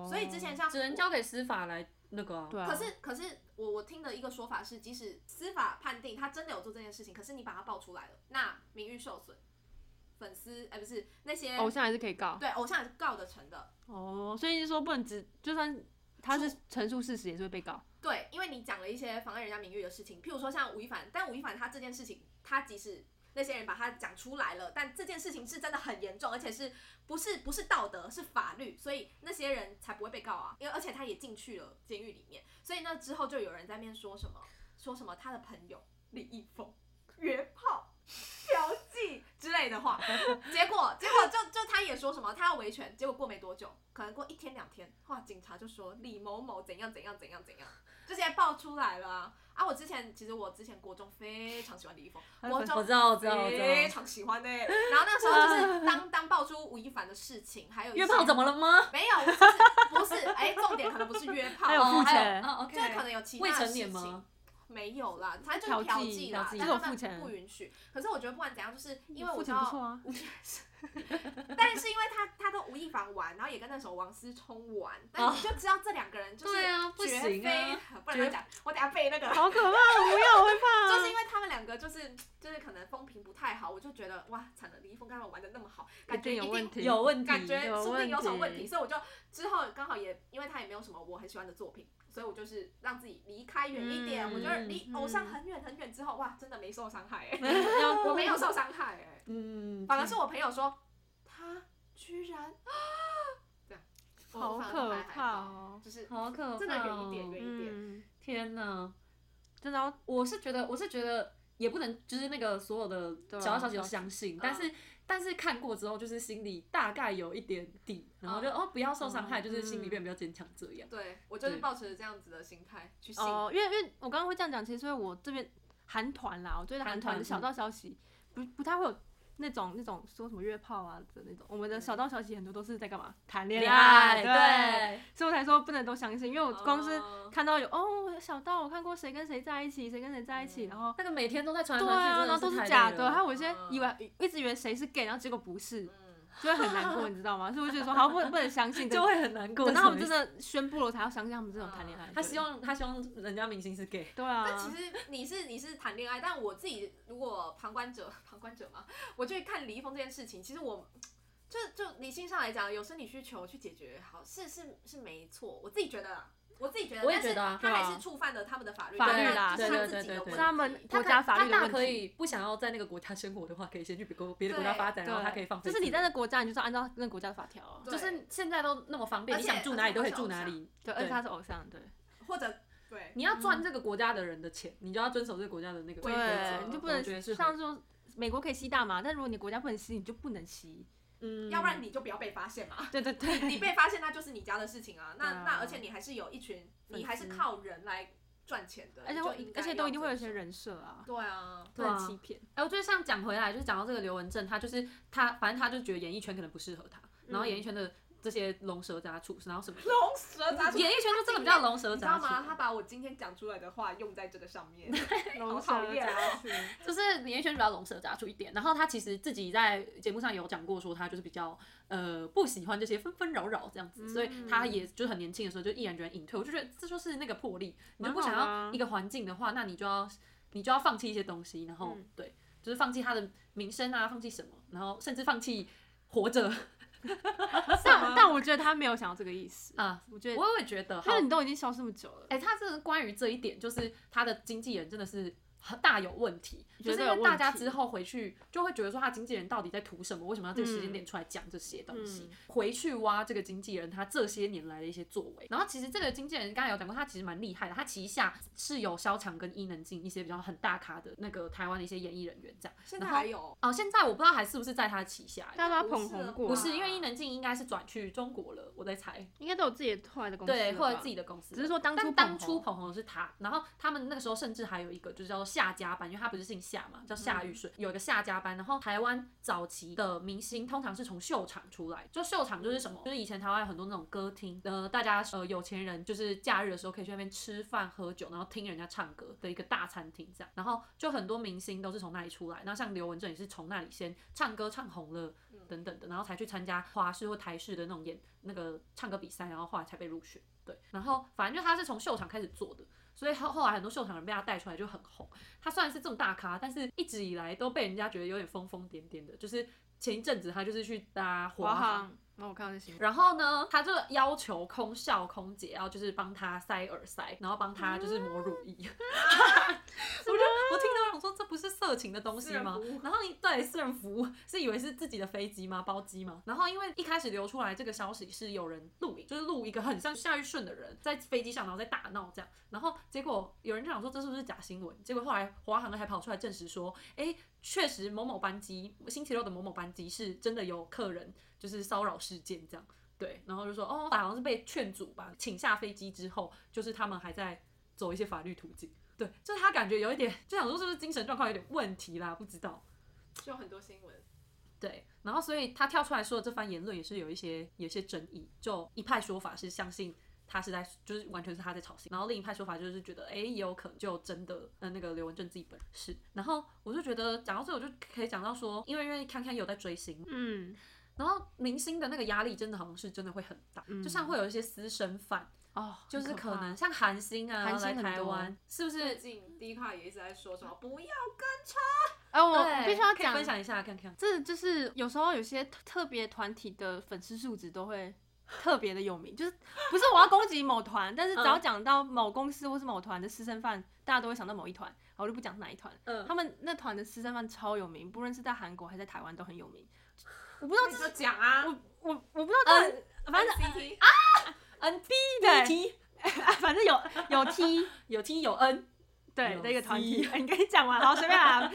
S1: 所以之前像
S4: 只能交给司法来那个啊。
S5: 哦对啊，
S1: 可是，可是我我听的一个说法是，即使司法判定他真的有做这件事情，可是你把他爆出来了，那名誉受损，粉丝哎、不是那些
S5: 偶像还是可以告
S1: 对偶像也是告得成的。
S5: 哦，所以是说不能只就算他是陈述事实也是会被告，
S1: 对，因为你讲了一些妨碍人家名誉的事情，譬如说像吴亦凡，但吴亦凡他这件事情，他即使那些人把他讲出来了，但这件事情是真的很严重，而且是不是不是道德是法律，所以那些人才不会被告啊，因为而且他也进去了监狱里面，所以那之后就有人在面说什么说什么他的朋友李易峰约炮。嫖妓之类的话，结果结果就就他也说什么他要维权，结果过没多久，可能过一天两天，哇，警察就说李某某怎样怎样怎样怎样，这些爆出来了啊！啊我之前其实我之前国中非常喜欢李易峰，国中
S4: 我知道，我知道，我知
S1: 非
S4: 道。
S1: 常喜欢的、欸 然后那时候就是当当爆出吴亦凡的事情，还有一些
S4: 约炮怎么了吗？
S1: 没有？不是不是，哎、重点可能不是约炮，
S5: 还有
S1: 哦
S5: 付
S1: 还
S5: 钱，
S4: 哦，OK
S1: 就是可能有其他
S4: 未
S1: 的
S4: 成
S1: 事
S4: 年
S1: 情。
S4: 吗？
S1: 没有啦，他就是调
S5: 调剂
S1: 剂啦，
S4: 调剂
S1: 但
S5: 这个
S1: 他
S5: 付
S1: 们
S5: 钱
S1: 不允许。可是我觉得不管怎样，就是因为我
S5: 付
S1: 知
S5: 钱不
S1: 道
S5: 错啊，
S1: 但是因为他他跟吴亦凡玩，然后也跟那时候王思聪玩，但你就知道这两个 人就是
S4: 对啊不
S1: 绝
S4: 行
S1: 非，
S4: 啊
S1: 不能再
S4: 绝
S1: 讲，我等下背那个，
S5: 好可怕，我不要，我会怕，啊
S1: 就是因为他们两个就是就是可能风评不太好，我就觉得哇惨了，李易峰刚才玩的那么好，感觉
S5: 一定有问题
S4: 有问题，
S1: 感觉
S5: 有
S1: 说不定有什么问题，
S5: 问题
S1: 所以我就之后刚好也因为他也没有什么我很喜欢的作品，所以我就是让自己离开远一点，
S5: 嗯
S1: 我觉得离
S4: 嗯
S1: 偶像很远很远之后，哇，真的没受伤害、 欸，
S4: 要
S1: 我没有受伤害、欸，
S4: 嗯，
S1: 反而是我朋友说，他居然，这样，我
S5: 啊好
S1: 反而
S5: 可
S1: 还好
S5: 怕哦，
S1: 就是
S4: 好可怕、哦，
S1: 真的远一点，远一点，
S5: 嗯，
S4: 天哪！
S5: 真的要哦
S4: 我是觉得，我是觉得也不能，就是那个所有的
S5: 对啊
S4: 小道消息都相信，但是、但是看过之后，就是心里大概有一点底，然后就、哦不要受伤害，就是心里变得比较坚强这样。
S1: 对我就是
S4: 对
S1: 抱持着这样子的心态去信，
S5: 哦，因为因为我刚刚会这样讲，其实是因为我这边韩团啦，我对
S4: 韩
S5: 韩
S4: 团嗯
S5: 团的小道消息不不太会有那种那种说什么约炮啊的那种，我
S4: 嗯
S5: 们的小道消息很多都是在干嘛谈恋爱，对，
S4: 对，
S5: 所以我才说不能都相信，因为我光是
S1: 哦
S5: 看到有哦小道，我看过谁跟谁在一起，谁跟谁在一起，然后
S4: 那个每天都在传来
S5: 对
S4: 传去，
S5: 啊，
S4: 真
S5: 然
S4: 的
S5: 后都
S4: 太
S5: 是
S4: 累
S5: 假的，
S4: 了
S5: 还有我先
S1: 嗯
S5: 以为一直以为谁是 gay，然后结果不是，
S1: 嗯，
S5: 就会很难过，你知道吗？所以我就觉得说好不能不能相信，
S4: 就会很难过。
S5: 等到他们
S4: 什
S5: 真
S4: 么意
S5: 的宣布了，我才要相信他们这种谈恋爱。
S4: 思，他
S5: 对
S4: 希望他希望人家明星是 gay，
S5: 对啊，
S1: 但其实你是你是谈恋爱，但我自己如果旁观者旁观者嘛，我就看李易峰这件事情，其实我就就理性上来讲，有生理需求去解决好是是是没错，我自己觉得啦，我自己觉得，
S4: 我也觉得
S1: 但
S4: 啊
S1: 是他
S5: 对啊
S1: 还是触犯了他们的法律，
S5: 法律
S1: 对
S5: 啦
S1: 那就是
S4: 对
S1: 他
S4: 对
S1: 自己
S4: 对
S1: 的
S4: 对
S1: 问
S5: 是
S1: 题，
S5: 他们
S4: 他
S5: 国家法律的
S4: 大
S5: 问
S4: 可
S5: 题。
S4: 以不想要在那个国家生活的话，可以先去别国别的国家
S1: 对
S4: 发展，然后他可以放飞
S5: 就
S4: 自
S5: 是
S4: 我。
S5: 你在那国家，你就是按照那国家的法条啊、
S1: 对
S4: 就是现在都那么方便，
S1: 而
S4: 你
S1: 且
S4: 想住哪里都可以住哪
S1: 而且
S4: 里。
S5: 对，而且他是偶像，对，
S1: 或者对。
S4: 你要赚这个国家的人的钱，你就要遵守这个国家的那个规则。
S5: 对，你就不
S4: 我觉
S5: 能
S4: 得是
S5: 像说美国可以吸大麻，但如果你国家不能吸，你就不能吸。
S4: 嗯
S1: 要不然你就不要被发现嘛。
S5: 对对对，
S1: 你被发现那就是你家的事情啊。那、
S5: 对啊
S1: 那而且你还是有一群，
S5: 粉丝
S1: 你还是靠人来赚钱的，
S5: 而且
S1: 你就
S5: 会
S1: 应，该
S5: 而且都一定会有一些
S1: 要遵
S5: 人设啊
S1: 守。，对啊，
S5: 不能欺骗。
S4: 哎，我觉得像讲回来，就是讲到这个刘文正，他就是他，反正他就觉得演艺圈可能不适合他，然后演艺圈的这些龙蛇杂处，然后什么的，
S1: 龙蛇杂处，
S4: 演艺圈就真的比较龙蛇
S1: 你知道
S4: 杂
S1: 吗？他
S4: 处，
S1: 把我今天讲出来的话用在这个上面，好
S4: 哎
S5: 龙
S1: 讨
S5: 蛇
S1: 厌
S5: 杂
S1: 啊！
S5: 处，
S4: 就是演艺圈比较龙蛇杂处一点。然后他其实自己在节目上有讲过，说他就是比较呃不喜欢这些纷纷扰扰这样子，所以他也就是很年轻的时候就毅然决然隐退。我就觉得这就是那个魄力，你就不想
S5: 蛮好的啊
S4: 要一个环境的话，那你就要你就要放弃一些东西，然后、
S5: 嗯
S4: 对，就是放弃他的名声啊，放弃什么，然后甚至放弃活着
S5: 但但我觉得他没有想到这个意思，
S4: 啊。
S5: 我觉得
S4: 我也觉得，好哎
S5: 他你都已经消失这么久了，
S4: 哎、他这个关于这一点，就是他的经纪人真的是很大有问题，就
S6: 觉
S4: 是
S6: 得
S4: 因
S6: 有
S4: 为大
S6: 问
S4: 家
S6: 题
S4: 之后回去就会觉得说他经纪人到底在图什么？为什么要这个时间点出来讲这些东西？回去挖这个经纪人他这些年来的一些作为。然后其实这个经纪人刚才有讲过，他其实蛮厉害的，他旗下是有萧蔷跟伊能静一些比较很大咖的那个台湾的一些演艺人员这样。
S1: 现在
S4: 然后
S1: 还有
S4: 哦，现在我不知道还是不是在他旗下，
S5: 大家把它
S1: 不是
S5: 捧红
S1: 哇
S5: 过
S4: 不
S5: 啊，
S4: 是因为伊能静应该是转去中国了，我在猜。
S5: 应该都有自己的后来的公司了吧，
S4: 对，或者自己的公司了。
S5: 只是说当初
S4: 但当
S5: 捧
S4: 初
S5: 红
S4: 捧红的是他，然后他们那个时候甚至还有一个就是叫做夏家班，因为他不是姓夏嘛，叫夏
S5: 嗯
S4: 玉顺，有一个夏家班。然后台湾早期的明星通常是从秀场出来，就秀场就是什么，就是以前台湾有很多那种歌厅，呃，大家呃有钱人就是假日的时候可以去那边吃饭喝酒，然后听人家唱歌的一个大餐厅这样。然后就很多明星都是从那里出来，那像刘文正也是从那里先唱歌唱红了。等等的，然后才去参加华视或台视的那种演那个唱歌比赛，然后后来才被入选。对，然后反正就他是从秀场开始做的，所以后后来很多秀场人被他带出来就很红。他虽然是这么大咖，但是一直以来都被人家觉得有点疯疯癫癫的。就是前一阵子他就是去搭华
S5: 华
S4: 航，
S5: 航，哦那我看到这新闻，
S4: 然后呢，他就要求空少空姐，然后就是帮他塞耳塞，然后帮他就是抹乳液。 我就我听到我想说，这不是色情的东西吗
S1: 私人服？
S4: 然后你对私人服务是以为是自己的飞机吗？包机吗？然后因为一开始流出来这个消息是有人录影，就是录一个很像夏玉顺的人在飞机上，然后在大闹这样。然后结果有人就想说这是不是假新闻？结果后来华航还跑出来证实说，哎，确实某某班机星期六的某某班机是真的有客人就是骚扰事件这样。对，然后就说哦，好像是被劝阻吧，请下飞机之后，就是他们还在走一些法律途径。对，就是他感觉有一点，就想说是不是精神状况有点问题啦，不知道。
S1: 就有很多新闻，
S4: 对，然后所以他跳出来说的这番言论也是有一些有一些争议，就一派说法是相信他是在就是完全是他在炒新，然后另一派说法就是觉得哎也有可能就真的呃那个刘文正自己本人是，然后我就觉得讲到这我就可以讲到说，因为因为康康有在追星嘛
S5: 嗯，
S4: 然后明星的那个压力真的好像是真的会很大，就像会有一些私生饭，
S5: 哦，
S4: 就是
S5: 嗯很
S4: 可
S5: 怕
S4: 能像韩星啊
S5: 韩星
S4: 来
S5: 很
S4: 台
S5: 多
S4: 湾，是不
S1: 最
S4: 是？
S1: 近 D 卡也一直在说什么不要
S5: 哎，我
S4: 对
S5: 我必须要
S4: 可以
S5: 讲
S4: 分，享一下看看。
S5: 这就是有时候有些特特别团体的粉丝素质都会特别的有名，就是不是我要攻击某团，但是只
S4: 嗯
S5: 要讲到某公司或是某团的私生饭，大家都会想到某一团，然后我就不讲是哪一团，
S4: 嗯
S5: 他们那团的私生饭超有名，不论是在韩国还是在台湾都很有名。我不知道
S1: 你就讲啊，
S5: 我我我不知道这、反正啊
S1: CT
S4: ，N B
S5: 对
S4: T 啊
S5: 反正有 有 T
S4: 有 T 有 N，
S5: 对
S4: 有
S5: 的一个团
S4: C
S5: 体，哎你跟你讲完，好随便啦，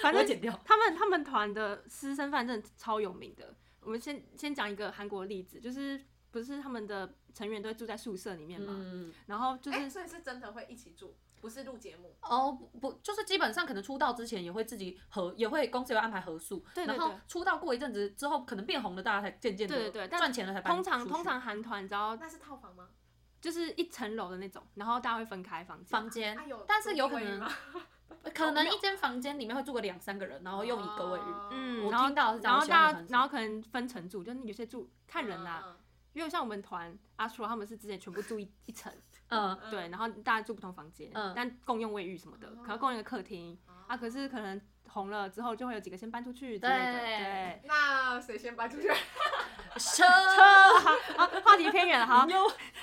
S5: 反
S4: 我
S5: 正
S4: 会剪掉。
S5: 他们他们团的私生饭真的超有名的。我们先先讲一个韩国的例子，就是不是他们的成员都会住在宿舍里面嘛？
S4: 嗯，
S5: 然后就是、
S1: 哎，所以是真的会一起住，不是录节目，
S4: 哦不不，就是基本上可能出道之前也会自己合，也会公司也会安排合宿，
S5: 对对
S4: 然后
S5: 对
S4: 出道过一阵子之后，可能变红了，大家才渐渐的
S5: 对对对但
S4: 赚钱了才搬
S5: 通常
S4: 出去
S5: 通常韩团，你知道
S1: 那是套房吗？
S5: 就是一层楼的那种，然后大家会分开房间。
S4: 房间
S1: 啊有，
S4: 但是有
S1: 独
S4: 可
S1: 立卫浴
S4: 能
S1: 吗
S4: 可能一间房间里面会住个两三个人，
S5: 哦
S4: 然后用一个卫浴。
S1: 哦
S5: 嗯，
S4: 我
S5: 然后
S4: 听到是这样
S5: 然后
S4: 我喜欢的
S5: 大家
S4: 团，是
S5: 然后可能分层住，就是有些住看人啦、啊
S1: 啦，
S5: 因为像我们团阿叔他们是之前全部住一一层，
S4: 嗯
S1: 嗯
S5: 对，然后大家住不同房间，
S4: 嗯
S5: 但共用卫浴什么的，可能共用一个客厅
S1: 嗯
S5: 啊。可是可能红了之后，就会有几个先搬出去之类的，
S4: 对
S5: 对。
S1: 那谁先搬出去？
S4: 车
S5: 好，话题偏远了，好，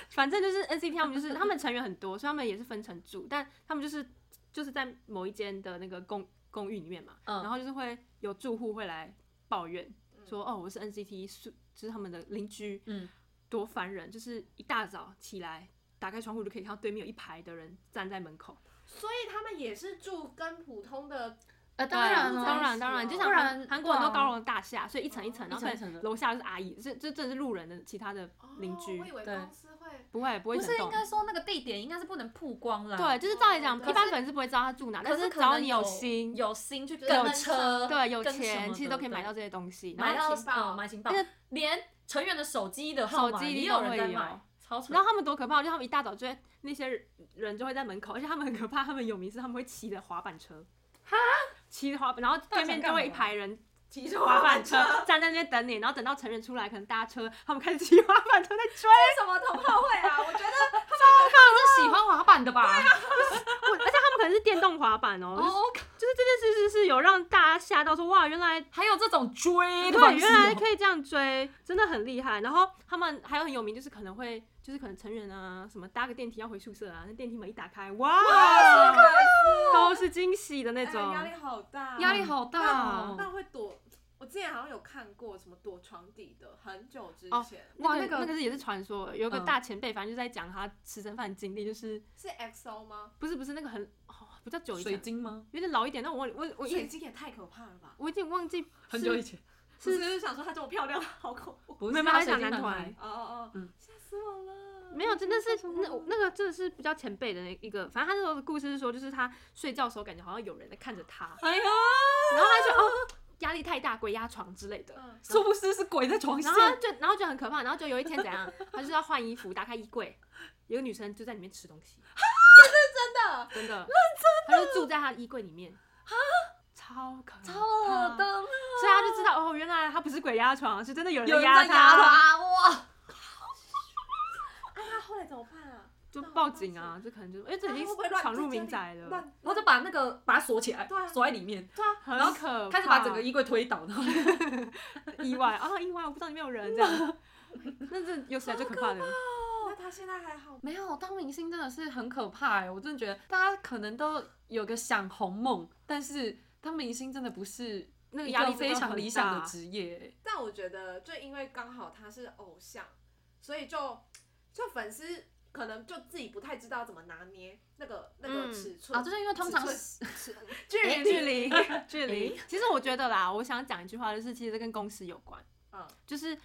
S5: 反正就是 NCT 他们就是他们成员很多，所以他们也是分层住，但他们就是就是在某一间的那个公公寓里面嘛，
S4: 嗯
S5: 然后就是会有住户会来抱怨
S1: 嗯
S5: 说，哦，我是 NCT 是就是他们的邻居，
S4: 嗯，
S5: 多烦人，就是一大早起来打开窗户就可以看到对面有一排的人站在门口，
S1: 所以他们也是住跟普通的
S4: 呃，
S5: 对
S4: 当然
S1: 了
S5: 当
S4: 当然，
S5: 然当然，就像
S4: 不然嗯
S5: 韩韩国很
S4: 对啊
S5: 多高楼大厦，所以一层一层，
S1: 哦
S5: 然后
S4: 一层一层的
S5: 楼下就是阿姨，这这这是路人的其他的
S1: 哦
S5: 邻居
S1: 我以，为
S4: 对
S1: 公司会
S5: 不会不
S4: 不
S5: 会整
S4: 是
S5: 栋
S4: 应该说那个地点应该是不能曝光啦。
S5: 对，，就是照理讲，
S1: 哦对
S5: 一般粉丝不会知道他住哪，
S4: 嗯
S5: 但
S4: 可是
S5: 只
S4: 可
S5: 要
S4: 能
S5: 你
S4: 有
S5: 心、
S4: 有心去
S1: 就
S4: 跟
S1: 是
S5: 跟
S4: 车，
S5: 对有
S4: 跟什
S5: 钱，
S4: 么
S5: 其实
S4: 的
S5: 都可以买
S4: 对
S5: 到这些东西。然
S4: 买
S1: 买
S4: 到
S5: 后，
S1: 情报
S4: 嗯买情报
S5: 那个，
S4: 连成员的手机的号
S5: 手
S4: 码
S5: 机
S4: 也
S5: 一定
S4: 有人
S5: 会
S4: 在
S5: 有
S4: 买，超扯
S5: 然。后他们多可怕！就他们一大早就会，那些人就会在门口，而且他们很可怕，他们有名是他们会骑着滑板车，哈，骑着滑板，然后对面就会一排 人。骑着滑板车站在那边等你，然后等到成员出来，可能搭车，他们开始骑滑板车在 追。
S1: 为什么同好会啊？我觉得
S4: 他们是喜欢滑板的吧？
S5: 我而且他们可能是电动滑板哦，
S4: 哦，
S5: 就是这件事是是有让大家吓到说哇，原来
S6: 还有这种追的
S5: 对，
S6: 方式
S5: 原来
S6: 哦，
S5: 可以这样追，真的很厉害。然后他们还有很有名，就是可能会，就是可能成人啊，什么搭个电梯要回宿舍啊，那电梯门一打开，哇，都是惊喜 的那
S1: 哎
S5: 种。
S1: 压力好大，
S4: 压力好大
S1: 那那
S4: 哦。
S1: 会躲，我之前好像有看过什么躲床底的，很久之
S5: 哦
S1: 前
S5: 哇，
S4: 哇
S5: 那个
S4: 那个
S5: 那个是也是传说，有一个
S4: 嗯
S5: 大前辈，反正就在讲他吃蒸饭经历，就是
S1: 是 XO 吗？
S5: 不是不是那个很哦，不叫久以
S4: 水
S5: 前，
S4: 晶吗？
S5: 有点老一点，但我忘我我
S1: 水
S5: 一
S1: 晶也太可怕了吧！
S5: 我已经忘记
S4: 很
S5: 是
S4: 久以前，
S1: 是是想说她这么漂亮，好恐怖！
S4: 不
S5: 没
S4: 啊
S5: 有没有他
S4: 水
S5: 讲
S4: 晶
S5: 男
S4: 男
S5: 团
S4: 孩
S1: 哦哦哦
S4: 嗯，
S1: 吓死我了！
S5: 没有，真的是那那个真的是比较前辈的那一个，反正他那时候的故事是说，就是他睡觉的时候感觉好像有人在看着他，
S4: 哎呀，
S5: 然后他就哦压力太大，鬼压床之类的。
S1: 嗯，
S4: 殊不哦知是鬼在床下
S5: 然后。他就然后就很可怕，然后就有一天怎样， 他就是要换衣服，打开衣柜，有个女生就在里面吃 东西，真的真的真的，他就住在他的衣柜里面，超可怕，
S2: 超
S4: 嗯
S2: 恶的，
S5: 所以他就知道哦，原来他不是鬼压床，是真的有
S4: 有人
S5: 人压
S4: 在压
S5: 他，
S2: 啊哇！
S1: 那她后来怎么办啊？
S5: 就报警
S4: 哦
S5: 啊，这可能就因为这已经
S1: 她会不会乱
S5: 闯入
S1: 在家
S5: 民
S1: 里
S5: 宅了，
S1: 乱哦
S4: 然后就把那个把它锁起来
S1: 对啊，
S4: 锁在里面，
S1: 对啊，
S5: 很
S4: 然后
S5: 可怕，
S4: 开始把整个衣柜推倒，然后
S5: 意外啊意外，我不知道里面有人 这样，那这有史以来最可怕的。
S1: 那她现在还好吗？
S4: 没有，当明星真的是很可怕哎、我真的觉得大家可能都有个想红梦，但是当明星真的不是
S5: 那个
S4: 一
S5: 压力
S4: 个非
S5: 真的
S4: 常
S5: 很
S4: 理想
S5: 大
S4: 的职业、欸。
S1: 但我觉得，就因为刚好她是偶像，所以就就粉丝可能就自己不太知道怎么拿捏那个那个
S5: 嗯
S1: 尺寸
S4: 啊，就是因为通常
S1: 尺寸哎
S4: 是
S1: 距 离距离，
S5: 离哎距离。其实我觉得啦，我想讲一句话，就是其实这跟公司有关，
S1: 嗯
S5: 就是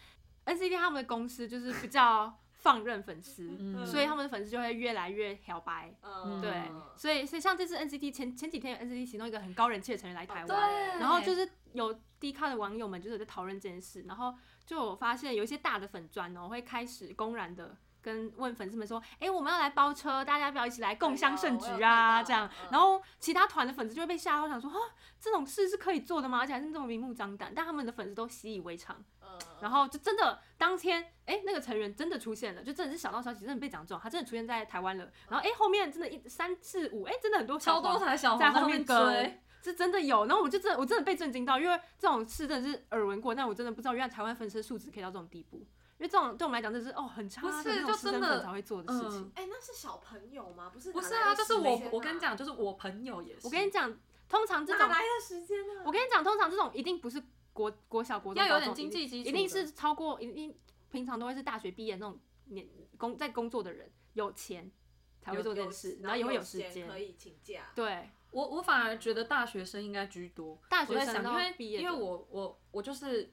S5: NCT 他们的公司就是比较放任粉丝，
S4: 嗯
S5: 所以他们的粉丝就会越来越漂白。
S1: 嗯，
S5: 对，所以所以像这次 NCT 前前几天有 NCT 其中一个很高人气的成员来台湾，
S1: 对
S5: 然后就是有低咖的网友们就是有在讨论这件事，然后就有发现有一些大的粉砖哦会开始公然的。跟问粉丝们说，哎、我们要来包车，大家要不要一起来共襄盛举
S1: 哎
S5: 啊？
S1: 呦
S5: 这样
S1: 我有看到，嗯
S5: 然后其他团的粉丝就会被吓到，想说，哦，这种事是可以做的吗？而且还是这么明目张胆，但他们的粉丝都习以为常，
S1: 嗯，
S5: 然后就真的当天，哎、那个成员真的出现了，就真的是小道消息，真的被讲中，他真的出现在台湾了。然后哎、诶后面真的一三四五，哎、真的很多
S4: 超
S5: 小
S4: 多
S5: 黄
S4: 台小
S5: 在
S4: 黄
S5: 后
S4: 面
S5: 面
S4: 追
S5: 跟，，是真的有。然后我就真的我真的被震惊到，因为这种事真的是耳闻过，但我真的不知道原来台湾粉丝的素质可以到这种地步。因为这种对我们来讲，这是哦很差
S4: 不
S5: 的
S4: 是
S5: 那种
S4: 就
S5: 私
S4: 真
S5: 生
S4: 的
S5: 粉才会做的事情。
S4: 嗯
S1: 哎、那是小朋友吗？不是，
S4: 不是啊， 就是我我跟你，讲，
S1: 哪
S4: 就是我朋友也是，
S5: 我跟你讲，通常这种
S1: 来的时间啊呢、
S5: 我跟你讲，通常这种一定不是国国小国中
S4: 要有
S5: 高
S4: 点
S5: 中
S4: 经济基础
S5: 一
S4: 的
S5: 定是超过一定平常都会是大学毕业那种年工在工作的人有钱才会
S1: 有
S5: 做这
S1: 有
S5: 件事，
S1: 然
S5: 后也会
S1: 有
S5: 有时间
S1: 可。以请假。
S5: 对，
S4: 我我反而觉得大学生应该居多，
S5: 大学
S4: 我在
S5: 生
S4: 想，
S5: 到
S4: 因为
S5: 毕业的
S4: 因为我我我就是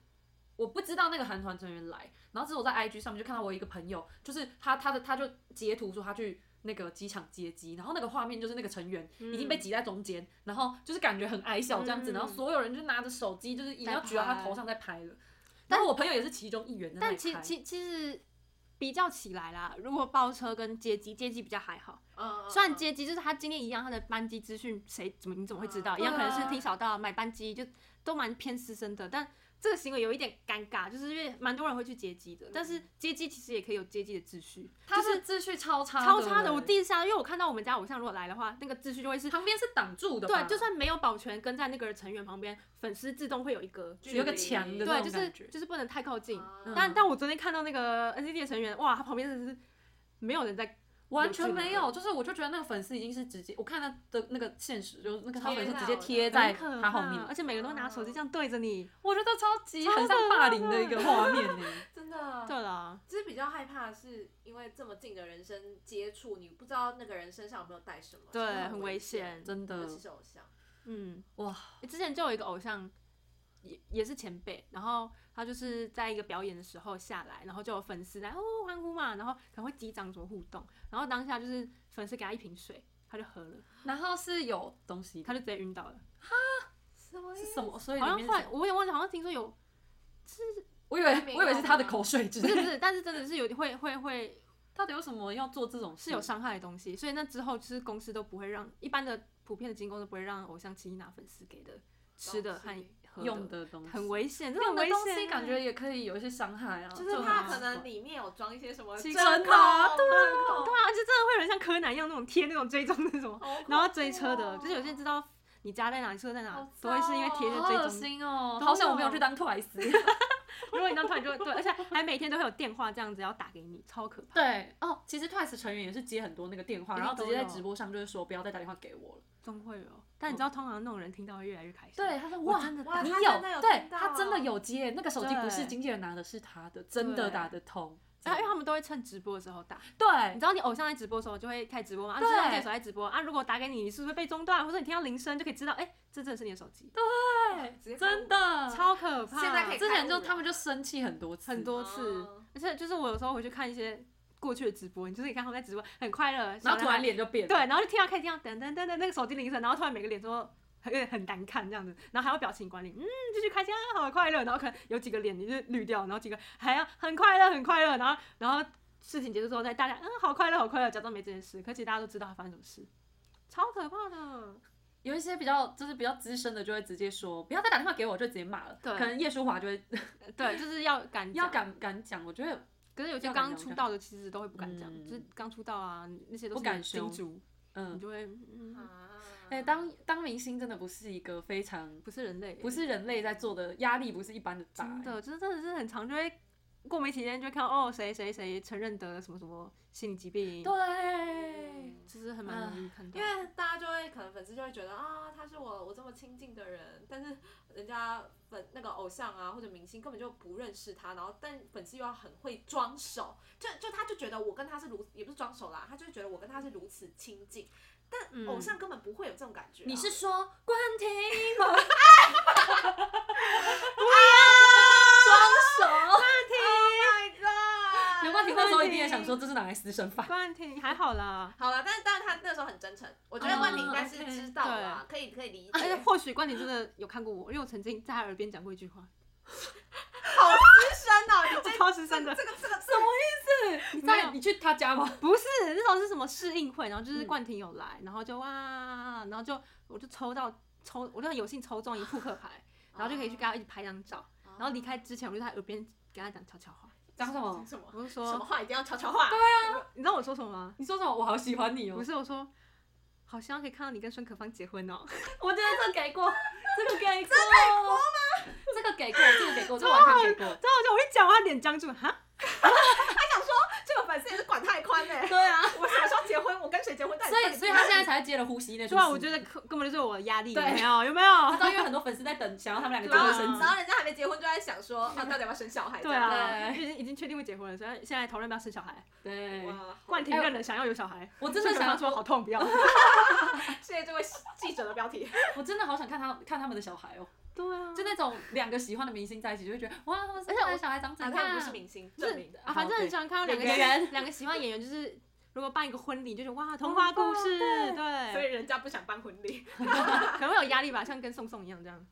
S4: 我不知道那个韩团成员来，然后之后我在 IG 上面就看到我一个朋友，就是他他的他就截图说他去那个机场接机，然后那个画面就是那个成员已经被挤在中间，然后就是感觉很矮小这样子，
S5: 嗯
S4: 然后所有人就拿着手机，就是已经要举到他头上在拍了。
S5: 但
S4: 但我朋友也是其中一员在那里
S5: 但
S4: 拍，
S5: 其其其实比较起来啦，如果包车跟接机，接机比较还好。
S1: 嗯，
S5: 虽然接机就是他今天一样，他的班机资讯谁怎么你怎么会知道？
S1: 嗯
S5: 一样可能
S4: 对
S5: 是
S4: 啊
S5: 听小道买班机就都蛮偏私生的，但。这个行为有一点尴尬，就是因为蛮多人会去接机的，但是接机其实也可以有接机的秩序，
S4: 他
S5: 就是
S4: 的秩序超差
S5: 超差的。欸
S4: 对
S5: 我
S4: 不对
S5: 第一次下，因为我看到我们家偶像如果来的话，那个秩序就会是，
S4: 旁边是挡住的吧，
S5: 对，就算没有保全跟在那个成员旁边，粉丝自动会有一个距离，
S4: 有个墙的那
S5: 对，
S4: 种
S5: 就是
S4: 感觉
S5: 就是不能太靠近。
S1: 嗯
S4: 嗯
S5: 但但我昨天看到那个 NCT 的成员，哇，他旁边真的是没有人在，
S4: 完全没有，就是我就觉得那个粉丝已经是直接，我看他的那个现实，就是那个他粉丝直接贴在
S5: 很可
S4: 他后
S5: 怕嗯
S4: 面，
S5: 而且每个人都拿手机这样对着你。
S4: 我觉得超级很像霸凌的一个画面欸呢、
S1: 真的，啊
S5: 对啦，
S1: 其实比较害怕的是因为这么近的人生接触，你不知道那个人身上有没有带什么，
S5: 对
S1: 是
S5: 很危
S1: 危
S5: 险
S4: 真
S1: 尤
S4: 的
S1: 其是偶像。
S5: 嗯，
S4: 哇！
S5: 之前就有一个偶像，也也是前辈，然后他就是在一个表演的时候下来，然后就有粉丝来哦欢呼嘛，然后可能会击掌怎么互动，然后当下就是粉丝给他一瓶水，他就喝了，
S4: 然后是有东西，
S5: 他就直接晕倒了。
S1: 什么
S4: 是什么？所以
S5: 好
S4: 里
S5: 像
S4: 面
S5: 后来
S4: 是
S5: 我也忘记，好像听说有
S4: 我以为我以为是他的口水之
S5: 不是不
S4: 类的，
S5: 是，但是真的是有会会会
S4: 到底有什么要做这种事？
S5: 是有伤害的东西，所以那之后就是公司都不会让一般的普遍的经公都不会让偶像轻易拿粉丝给的吃的和
S1: 东西
S5: 喝
S4: 用
S5: 的，
S4: 的东西，
S5: 很危险，这
S4: 用
S5: 很
S4: 的
S5: 危
S4: 东
S5: 险
S4: 西
S5: 啊，
S4: 感觉也可以有一些伤害啊，
S1: 就是
S4: 很
S1: 怕
S4: 奇
S1: 可能
S4: 怪
S1: 里面有装一些什么
S4: 其
S1: 针
S4: 实
S1: 孔，
S4: 真的啊
S1: 对
S5: 对啊，而且真的会有人像柯南一样那种贴那种追踪那种。
S1: 啊
S5: 然后追车的，就是有些人知道你家在哪，你宿舍在哪
S1: 好，
S5: 都会是因为贴着
S4: 哦好
S5: 追
S4: 恶
S5: 踪你。
S4: 心哦，
S5: 都
S4: 好想我没有
S5: 有
S4: 去当 Twice。
S5: 如果你当突然就对，而且还每天都会有电话这样子要打给你，超可怕。
S4: 对哦，其实 Twice 成员也是接很多那个电话，
S5: 一定
S4: 然后直接在
S5: 都有
S4: 直播上就是说不要再打电话给我了。
S5: 总会有，但你知道，通常那种人听到会越来越开心。
S4: 哦对，，他说
S5: 我
S4: 哇，
S5: 真的
S1: 哇
S5: 打
S4: 你
S1: 他
S4: 有
S1: 真的有
S4: 对
S1: 听到啊
S4: 他真的有接，那个手机不是
S5: 对
S4: 经纪人拿的，是他的，真的
S5: 对
S4: 打得通。
S5: 然后因为他们都会趁直播的时候打，
S4: 对
S5: 你知道你偶像在直播的时候就会开直播吗？啊，
S4: 对
S5: 知道你的手在直播啊，如果打给你，你是不是被中断，或者你听到铃声就可以知道，哎、这真的是你的手机，
S1: 直接
S4: 真的，
S5: 超可怕。
S1: 现在可以
S4: 之前
S1: 开悟
S4: 就
S1: 了
S4: 他们就生气很多次，
S5: 很多次，
S4: 哦
S1: 嗯
S5: 而且就是我有时候回去看一些过去的直播，你就是你看他们在直播很快乐，
S4: 然后突
S5: 小男孩
S4: 然脸就变了。
S5: 对，然后就听到开始听到噔噔噔噔那个手机铃声，然后突然每个脸都很有点很难看这样子，然后还要表情管理，嗯，继续开心啊，好快乐，然后可能有几个脸你就绿掉，然后几个还要很快乐很快乐，然后然后事情结束之后再大家嗯好快乐好快乐，假装没这件事，可其实大家都知道发生什么事，超可怕的。
S4: 有一些比较就是比较资深的就会直接说不要再打电话给我，就直接骂了。
S5: 对
S4: 可能叶舒华就会
S5: 呃对，就是要敢
S4: 要
S5: 讲，
S4: 敢敢讲，我觉得
S5: 可是有些
S4: 要敢
S5: 刚
S4: 讲
S5: 出道的其实都会不敢讲，
S4: 嗯
S5: 就是刚出道啊那些都
S4: 不
S5: 是
S4: 敢
S5: 你的
S4: 凶
S5: 金主，你
S4: 嗯，
S5: 就会嗯
S1: 啊
S4: 哎、当当明星真的不是一个非常
S5: 不是人类，
S4: 不是人类在做的，压力不是一般的大、
S5: 真的，就是真的是很常就会过没几天就会看到哦，谁谁谁承认得了什么什么心理疾
S1: 嗯
S5: 病，
S4: 对，
S5: 就是很蛮容易看到。
S1: 因为大家就会可能粉丝就会觉得啊，他是我我这么亲近的人，但是人家粉那个偶像啊或者明星根本就不认识他，然后但粉丝又要很会装熟，就就他就觉得我跟他是如也不是装熟啦，他就觉得我跟他是如此亲近，但
S5: 嗯
S1: 偶像根本不会有这种感觉啊、
S4: 你是 说关婷吗？ 装手，
S1: Oh my god！
S4: 刘冠廷那时候一定也想说这是拿来私生饭。
S5: 冠廷还 好啦，
S1: 好了，但是但是他那时候很真诚，我觉得
S4: 嗯
S1: 冠廷应该是
S4: OK，
S1: 知道啦，可以可以理
S5: 而且
S1: 解。
S5: 或许冠廷真的有看过我，因为我曾经在他耳边讲过一句话，
S1: 好资深哦，你
S5: 我
S1: 这
S5: 超失声的
S1: 这，个这个什么？
S4: 你
S5: 没有
S4: 在你去他家吗？
S5: 不是那种是什么试映会，然后
S1: 嗯
S5: 就是冠廷有来，然后就哇，然后就我就抽到抽，我就很有幸抽中一扑克牌，然后就可以去跟他一起拍张照，然后离开之前我就在他耳边跟他讲悄悄话，
S4: 讲什么？
S1: 哦什么
S5: 我就
S1: 什么
S5: 说，
S1: 话一定要悄悄话？对，
S5: 你知道我说什么吗？
S4: 你说什么？我好喜欢你哦
S5: 不！是我说，好希望可以看到你跟孙可芳结婚哦。
S4: 我觉得这给过，这个给过，这个给过，这个给过，这个完全给过。
S5: 然后啊我就我一讲完，他脸僵住，哈，
S1: 这个粉丝也是管太宽嘞、
S4: 对啊，
S1: 我什么时候结婚？我跟谁结婚？到底
S4: 所
S1: 到
S4: 以
S1: 底
S4: 所以他现在才接了呼吸那出戏。
S5: 突然啊我觉得根根本就是我的压力，有
S4: 对
S5: 没有？有没
S4: 他
S5: 有？
S4: 知道，因为很多粉丝在等，想要他们两个
S1: 然
S4: 结
S5: 啊
S1: 后
S4: 婚生
S1: 然
S4: 子。
S1: 后人家还没结婚就在想说，啊，到底要不要生小孩？
S5: 对啊，
S4: 对
S5: 已经已经确定会结婚了，所以现在讨论要不要生小孩。
S1: 这
S4: 对
S1: 样，哇，
S5: 冠廷
S4: 哎
S5: 认了，想要有小孩。
S4: 我真的
S5: 孙可
S4: 想
S5: 芳说好痛，不 要。
S1: 谢谢这位记者的标题。
S4: 我真的好想看他看他们的小孩哦，
S5: 对啊，
S4: 就那种两个喜欢的明星在一起，就会觉得哇，他们生下来的小孩 长怎
S1: 啊，
S4: 样？
S1: 他们不是明星，证明的。
S5: 啊，反正很喜欢看到两个
S4: 两个人
S5: 两个喜欢演员，就是如果办一个婚礼，就觉得哇，童话故事，
S1: 所以
S5: 对，
S1: 人家不想办婚礼，
S5: 可能会有压力吧，像跟宋宋一样这样。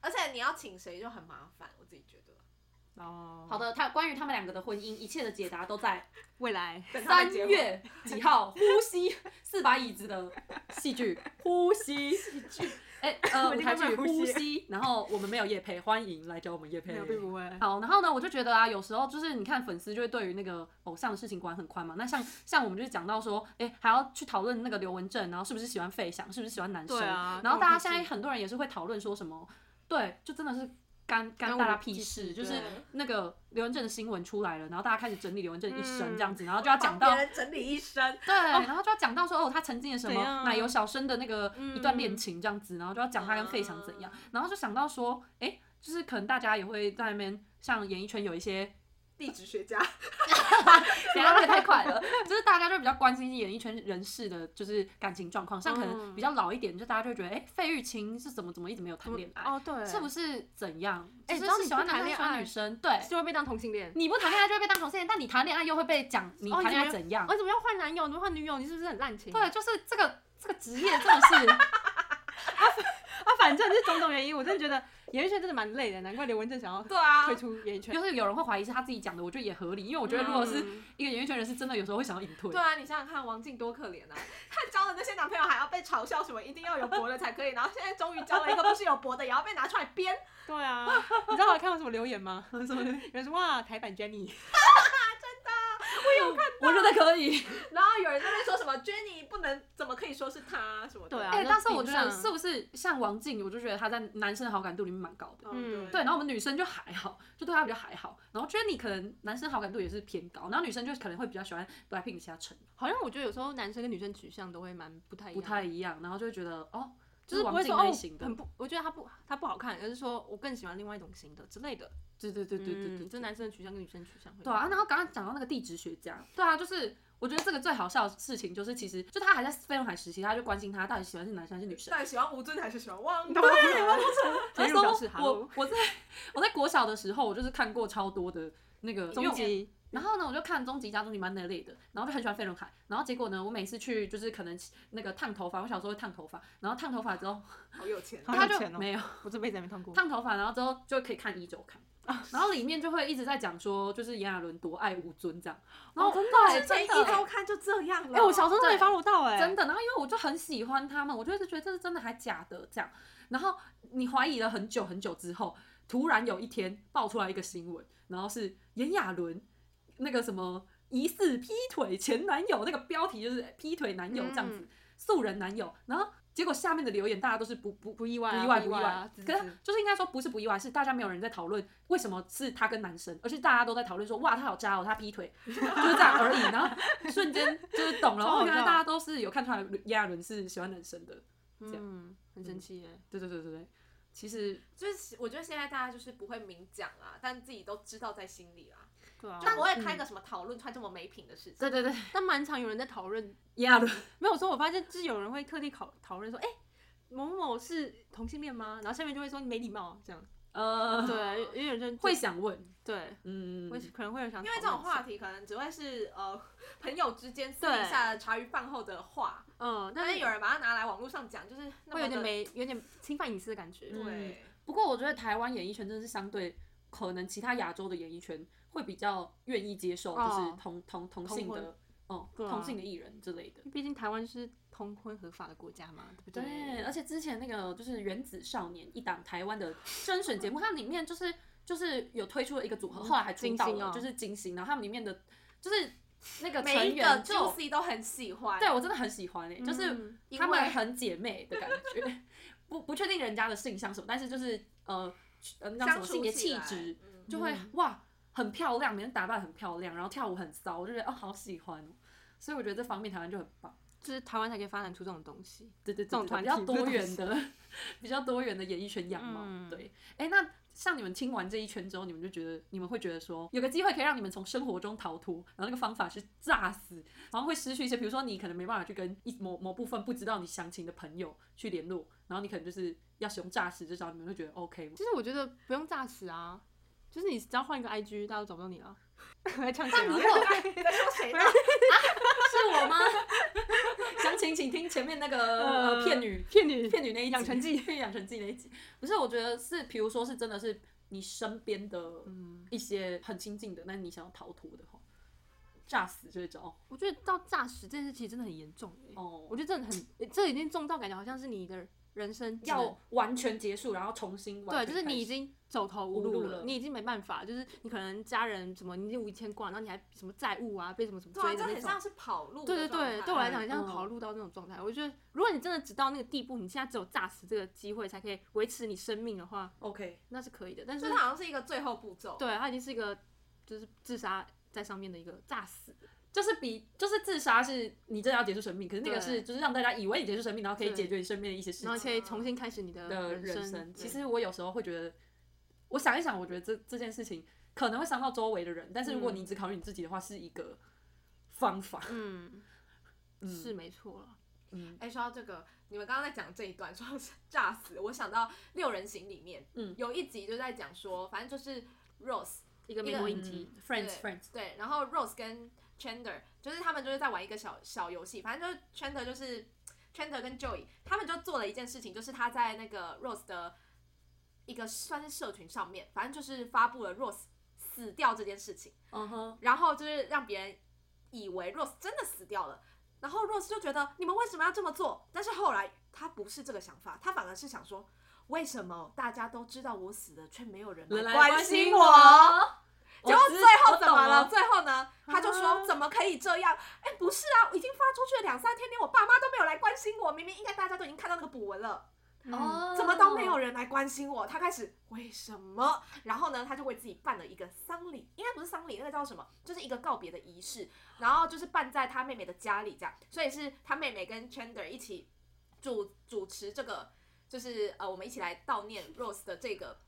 S1: 而且你要请谁就很麻烦，我自己觉得。
S5: 哦，
S4: 好，的，他关于他们两个的婚姻，一切的解答都在
S5: 未来
S1: 等他
S4: 三
S1: 们结婚，
S4: 月几号《呼吸》四把椅子的戏剧《呼吸》 戏剧，哎呃
S5: 我已
S4: 舞
S5: 经
S4: 台
S5: 快
S4: 剧《
S5: 买呼吸
S4: 呼吸》，然后我们没有叶配，欢迎来找我们叶
S5: 没
S4: 配
S5: 有。并不会。
S4: 好，然后呢，我就觉得啊，有时候就是你看粉丝就会对于那个偶像的事情管很宽嘛。那像像我们就是讲到说，哎、还要去讨论那个刘文正，然后是不是喜欢费翔，是不是喜欢男生，
S5: 对啊
S4: 然后大家现
S5: 关我屁事
S4: 在很多人也是会讨论说什么，对，就真的是干干
S5: 干
S4: 大
S5: 我
S4: 家屁
S5: 屁
S4: 事，
S5: 事
S4: 就是
S5: 对
S4: 那个刘文正的新闻出来了，然后大家开始整理刘文正一生
S5: 嗯
S4: 这样子，然后就要讲
S1: 帮
S4: 到
S1: 别人整理一生，
S4: 对，然后就要讲到说哦，他曾经的什
S5: 怎
S4: 么
S5: 样啊
S4: 奶油小生的那个
S5: 嗯啊
S4: 一段恋情这样子，然后就要讲他跟费翔怎样，然后就想到说，哎、就是可能大家也会在那边像演艺圈有一些
S1: 地质学家，
S4: 等一下那个太快了， 就是大家就比较关心演艺圈人士的，就是感情状况。像可
S5: 嗯
S4: 能比较老一点，就大家就会觉得，哎、费玉清是怎么怎么一直没有谈恋爱，
S5: 哦，对，
S4: 是不是怎样？
S5: 哎
S4: 只
S5: 知道
S4: 是
S5: 你
S4: 喜欢
S5: 不
S4: 男
S5: 谈
S4: 生
S5: 恋
S4: 喜欢
S5: 爱
S4: 女生，对，
S5: 就会被当同性恋？
S4: 你不谈恋爱就会被当同性恋，但你谈恋爱又会被讲你
S5: 哦
S4: 谈恋爱
S5: 你
S4: 怎样
S5: 我、？怎么要换男友？怎么换女友？你是不是很滥情？
S4: 对，就是这个这个职业真的是
S5: 啊，反正就是种种原因，我真的觉得 演艺圈真的蛮累的，难怪刘文正想要
S1: 对啊
S5: 退出演艺圈。
S4: 就是有人会怀疑是他自己讲的，我觉得也合理，因为我觉得
S5: 嗯
S4: 如果是一个演艺圈人士，真的有时候会想要隐退
S1: 对。啊，你想想看，王静多可怜啊！ 她交的那些男朋友还要被嘲笑什么，一定要有脖的才可以，然后现在终于交了一个不是有脖的，也要被拿出来编，
S5: 对 啊，你知道我看过什么留言吗？什么留言有人说哇，台版 Jenny，
S1: 我有
S5: 我觉得可 以。
S1: 然后有人在那边说什么 Jenny 不能，怎么可以说是他什么的？
S5: 对啊
S4: 哎、
S5: 就
S4: 但是我
S5: 顶
S4: 觉得
S5: 上
S4: 是不是像王静，我就觉得她在男生的好感度里面蛮高的。
S1: 嗯，
S5: 嗯
S4: 对，然后我们女生就还好，就对她比较还好。然后觉得你可能男生好感度也是偏高，然后女生就可能会比较喜欢 BLACKPINK 其他成员
S5: 好像我觉得有时候男生跟女生取向都会蛮不太一
S4: 不
S5: 样，
S4: 太一样，然后就会觉得哦，
S5: 就是是不
S4: 王
S5: 会
S4: 静
S5: 说
S4: 类
S5: 哦
S4: 型，的
S5: 很，不，我觉得他不他不好看，而是说我更喜欢另外一种型的之类的。
S4: 对对对对对对
S5: 嗯这男生的取向跟女生取向会不一
S4: 对
S5: 样
S4: 啊，然后刚刚讲到那个地质学家，对啊，就是我觉得这个最好笑的事情就是，其实就他还在飞轮海时期，他就关心他到底喜欢是男生还是女生
S1: 到。底喜欢吴尊还是喜欢 汪东？
S5: 陈
S4: 那
S5: 玉
S4: 时
S5: 如表示
S4: 候我
S5: hello
S4: 我在我在国小的时候，我就是看过超多的那个
S5: 终极
S4: 然后呢，我就看《终极家终极班》那类的，然后就很喜欢飞轮海。然后结果呢，我每次去就是可能那个烫头发，我小时候会烫头发，然后烫头发之后，
S1: 好有钱，啊
S5: 好
S4: 他
S5: 有
S4: 就
S5: 钱哦
S4: 没有
S5: 我这辈子还没看过。
S4: 烫头发，然后之后就可以看一周刊，
S5: 哦
S4: 然后里面就会一直在讲说，就是炎亚纶多爱吴尊这样。然
S5: 哦
S4: 后真
S1: 之
S4: 的
S1: 前
S4: 真
S1: 一
S4: 的
S1: 周刊就这样了。
S5: 哎，我小时候都
S4: 对
S5: 没 follow 到哎，
S4: 真的。然后因为我就很喜欢他们，我就一直觉得这是真的还假的这样。然后你怀疑了很久很久之后，突然有一天爆出来一个新闻，然后是炎亚纶那个什么疑似劈腿前男友，那个标题就是劈腿男友这样子，
S5: 嗯
S4: 素人男友。然后结果下面的留言大家都是不不
S5: 不意外
S4: 不
S5: 啊，
S4: 意外，
S5: 不
S4: 不意
S5: 啊
S4: 外。
S5: 只
S4: 可是就是应该说不是不意外，是大家没有人在讨论为什么是他跟男生，而是大家都在讨论说哇他好渣哦，他劈腿，就是这样而已。然后瞬间就是懂了，
S5: 超好
S4: 哦原来
S5: 笑
S4: 大家都是有看出来炎亚纶是喜欢男生的。这样
S5: 嗯，很神奇耶。
S4: 对对对对对，其实
S1: 就是我觉得现在大家就是不会明讲啊，但自己都知道在心里啦，
S5: 对啊
S1: 就不会开个什么讨论，穿这么没品的事情。
S4: 对对对，
S5: 但蛮常有人在讨论，
S4: 炎亚纶
S5: 没有说我发现就是有人会特地考讨论说，哎，某某某是同性恋吗？然后下面就会说你没礼貌这样。
S4: 呃
S5: 对，因为有 人就
S4: 会想问，
S5: 对，
S4: 嗯，
S5: 会可能会有人想
S1: 因为这种
S5: 讨论一下
S1: 话题可能只会是呃朋友之间私底下茶余饭后的话，
S5: 嗯，但
S1: 但
S5: 是
S1: 是有人把它拿来网络上讲，就是那么
S5: 会有点
S1: 的
S5: 没嗯有点侵犯隐私的感觉。
S1: 对。
S4: 不过我觉得台湾演艺圈真的是相对可能其他亚洲的演艺圈会比较愿意接受，就是
S5: 哦
S4: 同同同
S5: 同
S4: 性
S5: 婚
S4: 的哦
S5: 对啊
S4: 同性的艺人之类的。
S5: 毕竟台湾是通婚合法的国家嘛，对不
S4: 对，而且之前那个就是《原子少年》一档台湾的甄选节目，它里面就是就是有推出了一个组
S1: 嗯
S4: 合，后来还出道
S5: 金星
S4: 了，
S5: 哦
S4: 就是金星，然后他们里面的就是那个
S1: 每
S4: 成
S1: 一个
S4: 员就
S1: Juicy 都很喜欢，
S4: 对我真的很喜欢诶、欸就是
S5: 嗯
S4: 他
S1: 因
S4: 们
S1: 为
S4: 很姐妹的感觉，不不确定人家的性向什么，但是就是呃呃那叫什
S1: 相
S4: 么
S1: 处
S4: 性别
S1: 起
S4: 气
S1: 来
S4: 质，
S1: 嗯
S4: 就会哇很漂亮，每天打扮很漂亮，然后跳舞很骚，我就觉得哦好喜欢哦，所以我觉得这方面台湾就很棒。
S5: 就是台湾才可以发展出这种东西。
S4: 对对对，
S5: 这种
S4: 对
S5: 团
S4: 比较
S5: 体
S4: 多
S5: 这种
S4: 元
S5: 事
S4: 的，比较多元的演艺圈样貌。
S5: 嗯
S4: 对，哎，那像你们听完这一圈之后，你们就觉得你们会觉得说，有个机会可以让你们从生活中逃脱，然后那个方法是炸死，然后会失去一些，比如说你可能没办法去跟一某某部分不知道你详情的朋友去联络，然后你可能就是要使用诈死这招，你们会觉得 OK 吗
S5: 其？实我觉得不用诈死啊，就是你只要换一个 IG，大家都找不到你了。 还呛
S4: 但
S5: 谁
S4: 如
S5: 啊？
S4: 果
S1: 你嗯在说谁呢？
S4: 是我吗？ 详情请听前面那个、呃、骗女
S5: 骗你
S4: 骗女那一集
S5: 养成 记，
S4: 骗养成记那一集，不是，我觉得是，比如说是真的是你身边的
S5: 嗯
S4: 一些很亲近的，那你想要逃脱的话，炸死这招
S5: 我觉得到诈死这件事情真的很严重、欸、
S4: 哦
S5: 我，觉得真的很，这已经重到感觉好像是你的人生只能
S4: 要完全结束，然后重新完
S5: 对，
S4: 全
S5: 就是你已
S4: 开始
S5: 经走投
S4: 无
S5: 无
S4: 路
S5: 路了，
S4: 了
S5: 你已经没办法，就是你可能家人什么，你已经无牵挂，然后你还什么债务啊，被什么什么
S1: 对啊，
S5: 追
S1: 这
S5: 的那
S1: 很
S5: 种
S1: 像。是跑路的
S5: 对对
S1: 状态。
S5: 对，对我来讲，很像
S4: 嗯
S5: 跑路到那种状态。我觉得，如果你真的只到那个地步，你现在只有诈死这个机会才可以维持你生命的话，
S4: OK，
S5: 那是可以的。但是
S1: 这，好像是一个最后步骤。
S5: 对，它已经是一个就是自杀在上面的一个诈死。
S4: 就是比就是自杀是你真的要结束生命，可是那个
S5: 对
S4: 是就是让大家以为你结束生命，然后可以
S5: 对
S4: 解决你身边的一些事
S5: 然后
S4: 情
S5: 可以重新开始你的
S4: 的
S5: 人
S4: 人
S5: 生。
S4: 生。其
S5: 对
S4: 实我有时候会觉得，我想一想，我觉得这这件事情可能会伤到周围的人，但是如果
S5: 嗯
S4: 你只考虑你自己的话，是一个方法。
S5: 嗯，
S4: 嗯
S5: 是没错了。
S4: 嗯
S1: 哎，说到这个，你们刚刚在讲这一段，说到炸死，我想到《六人行》里面，
S4: 嗯
S1: 有一集就在讲说，反正就是 Rose
S5: 一个
S1: 一
S5: 美
S1: 个
S5: 国
S1: 我
S5: 影
S4: 嗯
S5: 集，
S4: ，friends
S1: 对
S4: friends，
S1: 对，然后 Rose 跟 Chandler 就是他们就是在玩一个小小游戏，反正就是 Chandler 就是 Chandler 跟 Joey 他们就做了一件事情，就是他在那个 Rose 的一个算是社群上面，反正就是发布了 Rose 死掉这件事情，
S4: 嗯哼，
S1: 然后就是让别人以为 Rose 真的死掉了，然后 Rose 就觉得你们为什么要这么做？但是后来他不是这个想法，他反而是想说。为什么大家都知道我死了，却没有人
S4: 人来
S1: 关
S4: 心
S1: 心我？
S4: 结
S1: 结果最后怎么了？？最后呢，他就说怎么可以这样？哎、不是啊，已经发出去了两三天，连我爸妈都没有来关心我，明明应该大家都已经看到那个补文了。
S4: 嗯
S5: 嗯
S2: 哦
S1: 怎么都没有人来关心我？他开始为什么？然后呢，他就为自己办了一个丧礼，应该不是丧礼，那个叫什么？就是一个告别的仪式，然后就是办在他妹妹的家里这样，所以是他妹妹跟 Chandler 一起主主持这个，就是呃，我们一起来悼念 Rose 的这个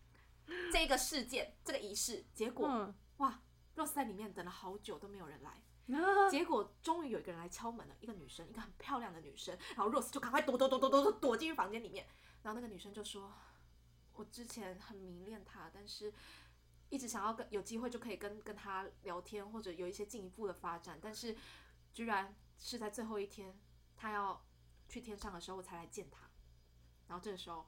S1: 这个事件，这个仪式。结果、
S5: 嗯，
S1: 哇，Rose 在里面等了好久都没有人来。
S5: 啊
S4: 嗯
S1: 结果终于有一个人来敲门了，一个女生，一个很漂亮的女生。然后 Rose 就赶快躲躲躲躲躲躲躲进去房间里面。然后那个女生就说：“我之前很迷恋他，但是一直想要跟有机会就可以跟跟他聊天，或者有一些进一步的发展，但是居然是在最后一天，他要去天上的时候我才来见他。”然后这个时候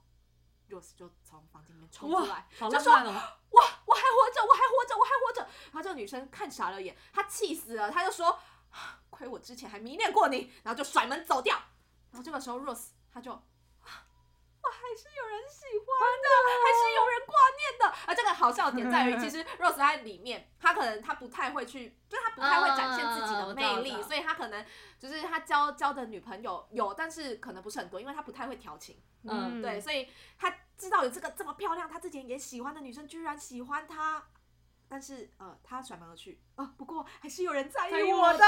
S1: ，Rose 就从房间里面冲出来，
S4: 好
S1: 就
S4: 浪
S1: 说
S4: 漫哦！
S1: 哇，我还活着，我还活着，我还活着。然后这个女生看傻了眼，她气死了，她就说：“啊亏我之前还迷恋过你。”然后就甩门走掉。然后这个时候，Rose 她就。啊我还是有人喜欢的，还是有人挂念的啊！这个好笑的点在于，其实 Rose 在里面，她可能她不太会去，就是她不太会展现自己
S2: 嗯嗯嗯我
S1: 的
S2: 知道
S1: 魅力
S2: 我知，道
S1: 所以她可能就是她交交的女朋友有，但是可能不是很多，因为她不太会调情。
S2: 嗯
S1: 对，所以他知道有这个这么漂亮，他之前也喜欢的女生居然喜欢他，但是呃，他甩门而去啊、不过还是有人在意我的，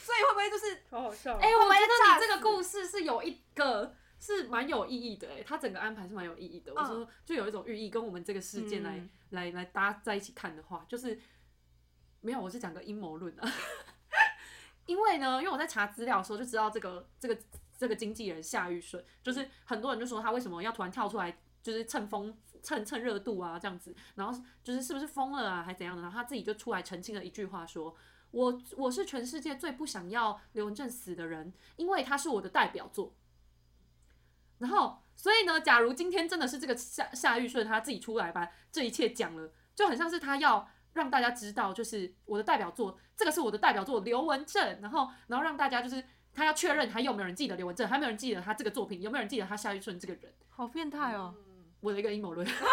S1: 所以会不会就是
S5: 好好笑哦。
S4: 哎、我觉得你这
S1: 炸
S4: 个
S1: 死
S4: 故事是有一个是蛮有意义的、哎，它整个安排是蛮有意义的。我
S1: 嗯
S4: 说就有一种寓意，跟我们这个事件来、
S5: 嗯
S4: 来来搭在一起看的话，就是没有，我是讲个阴谋论啊。 因为呢，因为我在查资料的时候就知道这个这个这个经纪人夏玉顺，就是很多人就说他为什么要突然跳出来，就是趁风趁趁热度啊这样子，然后就是是不是疯了啊，还怎样的？然后他自己就出来澄清了一句话说。我我是全世界最不想要刘文正死的人，因为他是我的代表作。然后，所以呢，假如今天真的是这个夏夏玉顺他自己出来把这一切讲了，就很像是他要让大家知道，就是我的代表作，这个是我的代表作刘文正，然后然后让大家就是他要确认还有没有人记得刘文正，还有没有人记得他这个作品，有没有人记得他夏玉顺这个人，
S5: 好变态哦！
S1: 嗯，
S4: 我的一个阴谋论。
S1: 好，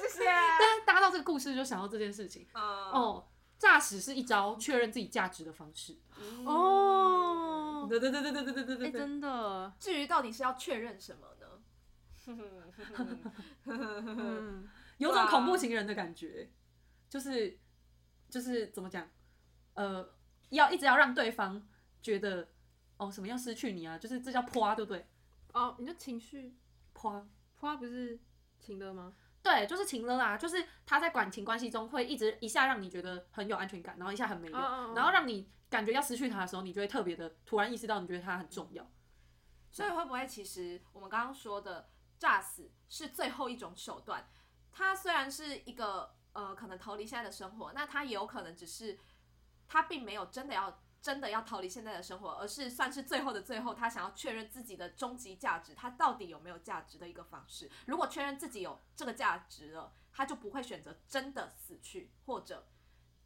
S1: 谢 谢。
S4: 但是搭到这个故事就想到这件事情，
S1: 哦
S4: 哦，诈死是一招确认自己价值的方式。
S1: 哦，
S4: 对对对对对对对对
S5: 哎，
S4: 对对。
S5: 真的，
S1: 至于到底是要确认什么 呢？
S5: 嗯，
S4: 有种恐怖情人的感觉，就是就是怎么讲，呃，要一直要让对方觉得哦什么要失去你啊，就是这叫泼啊，对不对？
S5: 哦，你的情绪
S4: 泼啊，
S5: 花不是情的吗？
S4: 对，就是情了啦，就是他在感情关系中会一直一下让你觉得很有安全感，然后一下很没有，
S5: 哦哦哦
S4: 然后让你感觉要失去他的时候，你就会特别的突然意识到你觉得他很重要。
S1: 所以会不会其实我们刚刚说的诈死是最后一种手段？它虽然是一个呃可能逃离现在的生活，那它也有可能只是他并没有真的要真的要逃离现在的生活，而是算是最后的最后，他想要确认自己的终极价值，他到底有没有价值的一个方式。如果确认自己有这个价值了，他就不会选择真的死去或者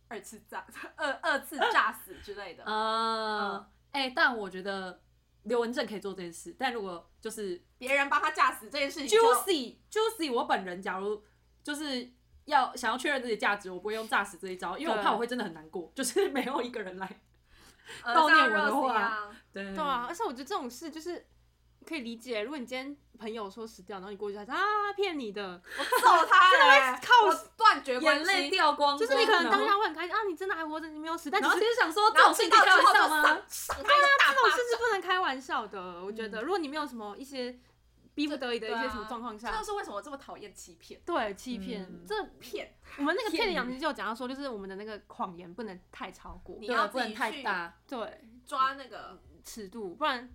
S1: 二次炸 二二次炸死之类的。
S4: 啊，哎、但我觉得刘文正可以做这件事，但如果就是
S1: 别人帮他炸死这件事情就，
S4: Juicy Juicy，我本人假如就是要想要确认自己的价值，我不会用诈死这一招，因为我
S5: 对
S4: 怕我会真的很难过， 就是没有一个人来。
S1: 呃
S4: 悼念
S1: 像
S4: 我的
S1: Rose 一
S4: 话
S1: 样
S4: 对
S5: 对啊，，而且我觉得这种事就是可以理解。如果你今天朋友说死掉，然后你过去他说啊骗你的，
S1: 揍他嘞！
S5: 靠
S1: 我断绝
S4: 眼
S1: 关
S4: 泪
S1: 系。
S4: 掉光光，
S5: 就是你可能当
S4: 然
S5: 下会很开心啊，你真的还活着，你没有死，但
S4: 后哦然
S5: 其
S4: 后
S5: 实
S4: 其实想说这
S1: 然后
S4: 种
S1: 知
S4: 事情
S1: 道
S4: 开
S1: 之
S4: 玩
S1: 后就
S4: 笑
S1: 赏
S4: 吗？
S1: 赏他一个大
S5: 这种事
S1: 巴
S5: 是不能开玩笑的。我觉
S4: 嗯
S5: 得，如果你没有什么一些逼不得已的一些什么状况
S1: 掌。这就，
S5: 下
S1: 是为什么我这么讨厌欺骗
S5: 对欺骗，
S4: 啊嗯
S5: 这
S1: 骗。
S5: 我们那个
S4: 骗
S5: 骗的
S4: 你
S5: 养成就有讲到说，就是我们的那个谎言不能太超过，
S1: 你
S4: 对
S1: 要自
S4: 不能
S1: 己
S4: 太
S1: 去
S4: 大，
S5: 对
S1: 抓那个，
S5: 尺度，不然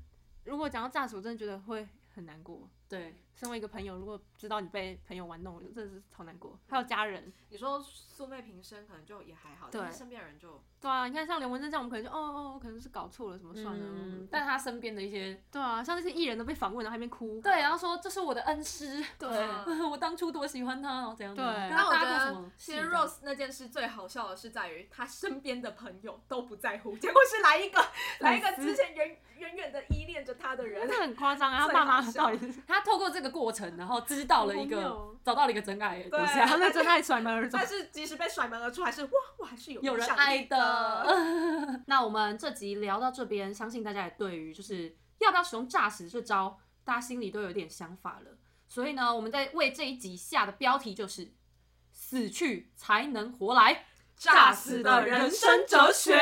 S5: 如果讲到诈死，我真的觉得会很难过。
S4: 对，
S5: 身为一个朋友，如果知道你被朋友玩弄，我真的是超难过。还有家人，
S1: 你说素昧平生可能就也还好，
S5: 对
S1: 但是身边的人就
S5: 对啊，你看像刘文正这样，我们可能就哦哦，我可能是搞错了，什么算了。
S4: 嗯
S5: 嗯，、
S4: 但他身边的一些
S5: 对啊，像那些艺人都被访问，然后还没哭。
S4: 对，然后说这是我的恩师，对
S1: 嗯
S4: 我当初多喜欢他，然后怎样怎样，
S5: 对
S4: 跟
S1: 但
S4: 他
S1: 我觉
S4: 搭过什
S1: 得
S4: 么，戏
S1: 其
S4: 这
S1: 实
S4: 样？
S1: Rose 那件事最好笑的是在于，他身边的朋友都不在乎，结果是来一个来一个之前远远远的依恋着他的人
S5: 这，很夸张啊！他
S1: 最
S5: 爸
S1: 好
S5: 妈
S1: 笑
S5: 到底 是
S4: 他
S7: 他透过这个过程，然后知道了一
S4: 好荒谬
S7: 个
S4: 哦，
S7: 找到了一个真爱耶，等
S1: 对
S7: 一
S4: 然
S7: 下
S4: 后那真爱甩门 而走
S1: 但。是即使被甩门而出，还是哇，我还是有
S7: 有人
S1: 想
S7: 爱
S1: 你的。
S7: 的。
S4: 那我们这集聊到这边，相信大家也对于就是要不要使用诈死这招，大家心里都有点想法了。所以呢，我们在为这一集下的标题就是“死去才能活来”，
S1: 诈死的人生哲学。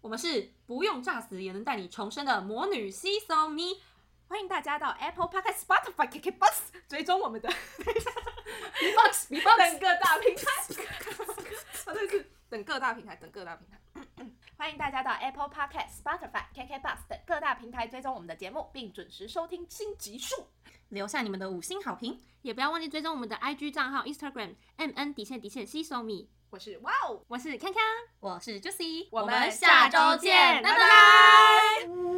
S4: 我们是不用诈死也能带你重生的魔女西索咪，
S1: 欢迎大家到 Apple Podcast、Spotify、KKBox 追踪我们的
S7: Box b box，
S1: 等各大平台，真的是等各大平台，等各大平台。欢迎大家到 Apple Podcast、Spotify、KKBox 等各大平台追踪我们的节目，并准时收听新集数。
S4: 留下你们的五星好评。
S5: 也不要忘记追踪我们的 IG 账号 Instagram M N 底线底线西索米，
S1: 我是哇哦，
S5: 我是康康，
S4: 我是 Juicy，
S1: 我们
S5: 下周
S4: 拜
S5: 见拜
S4: 拜。
S1: 拜。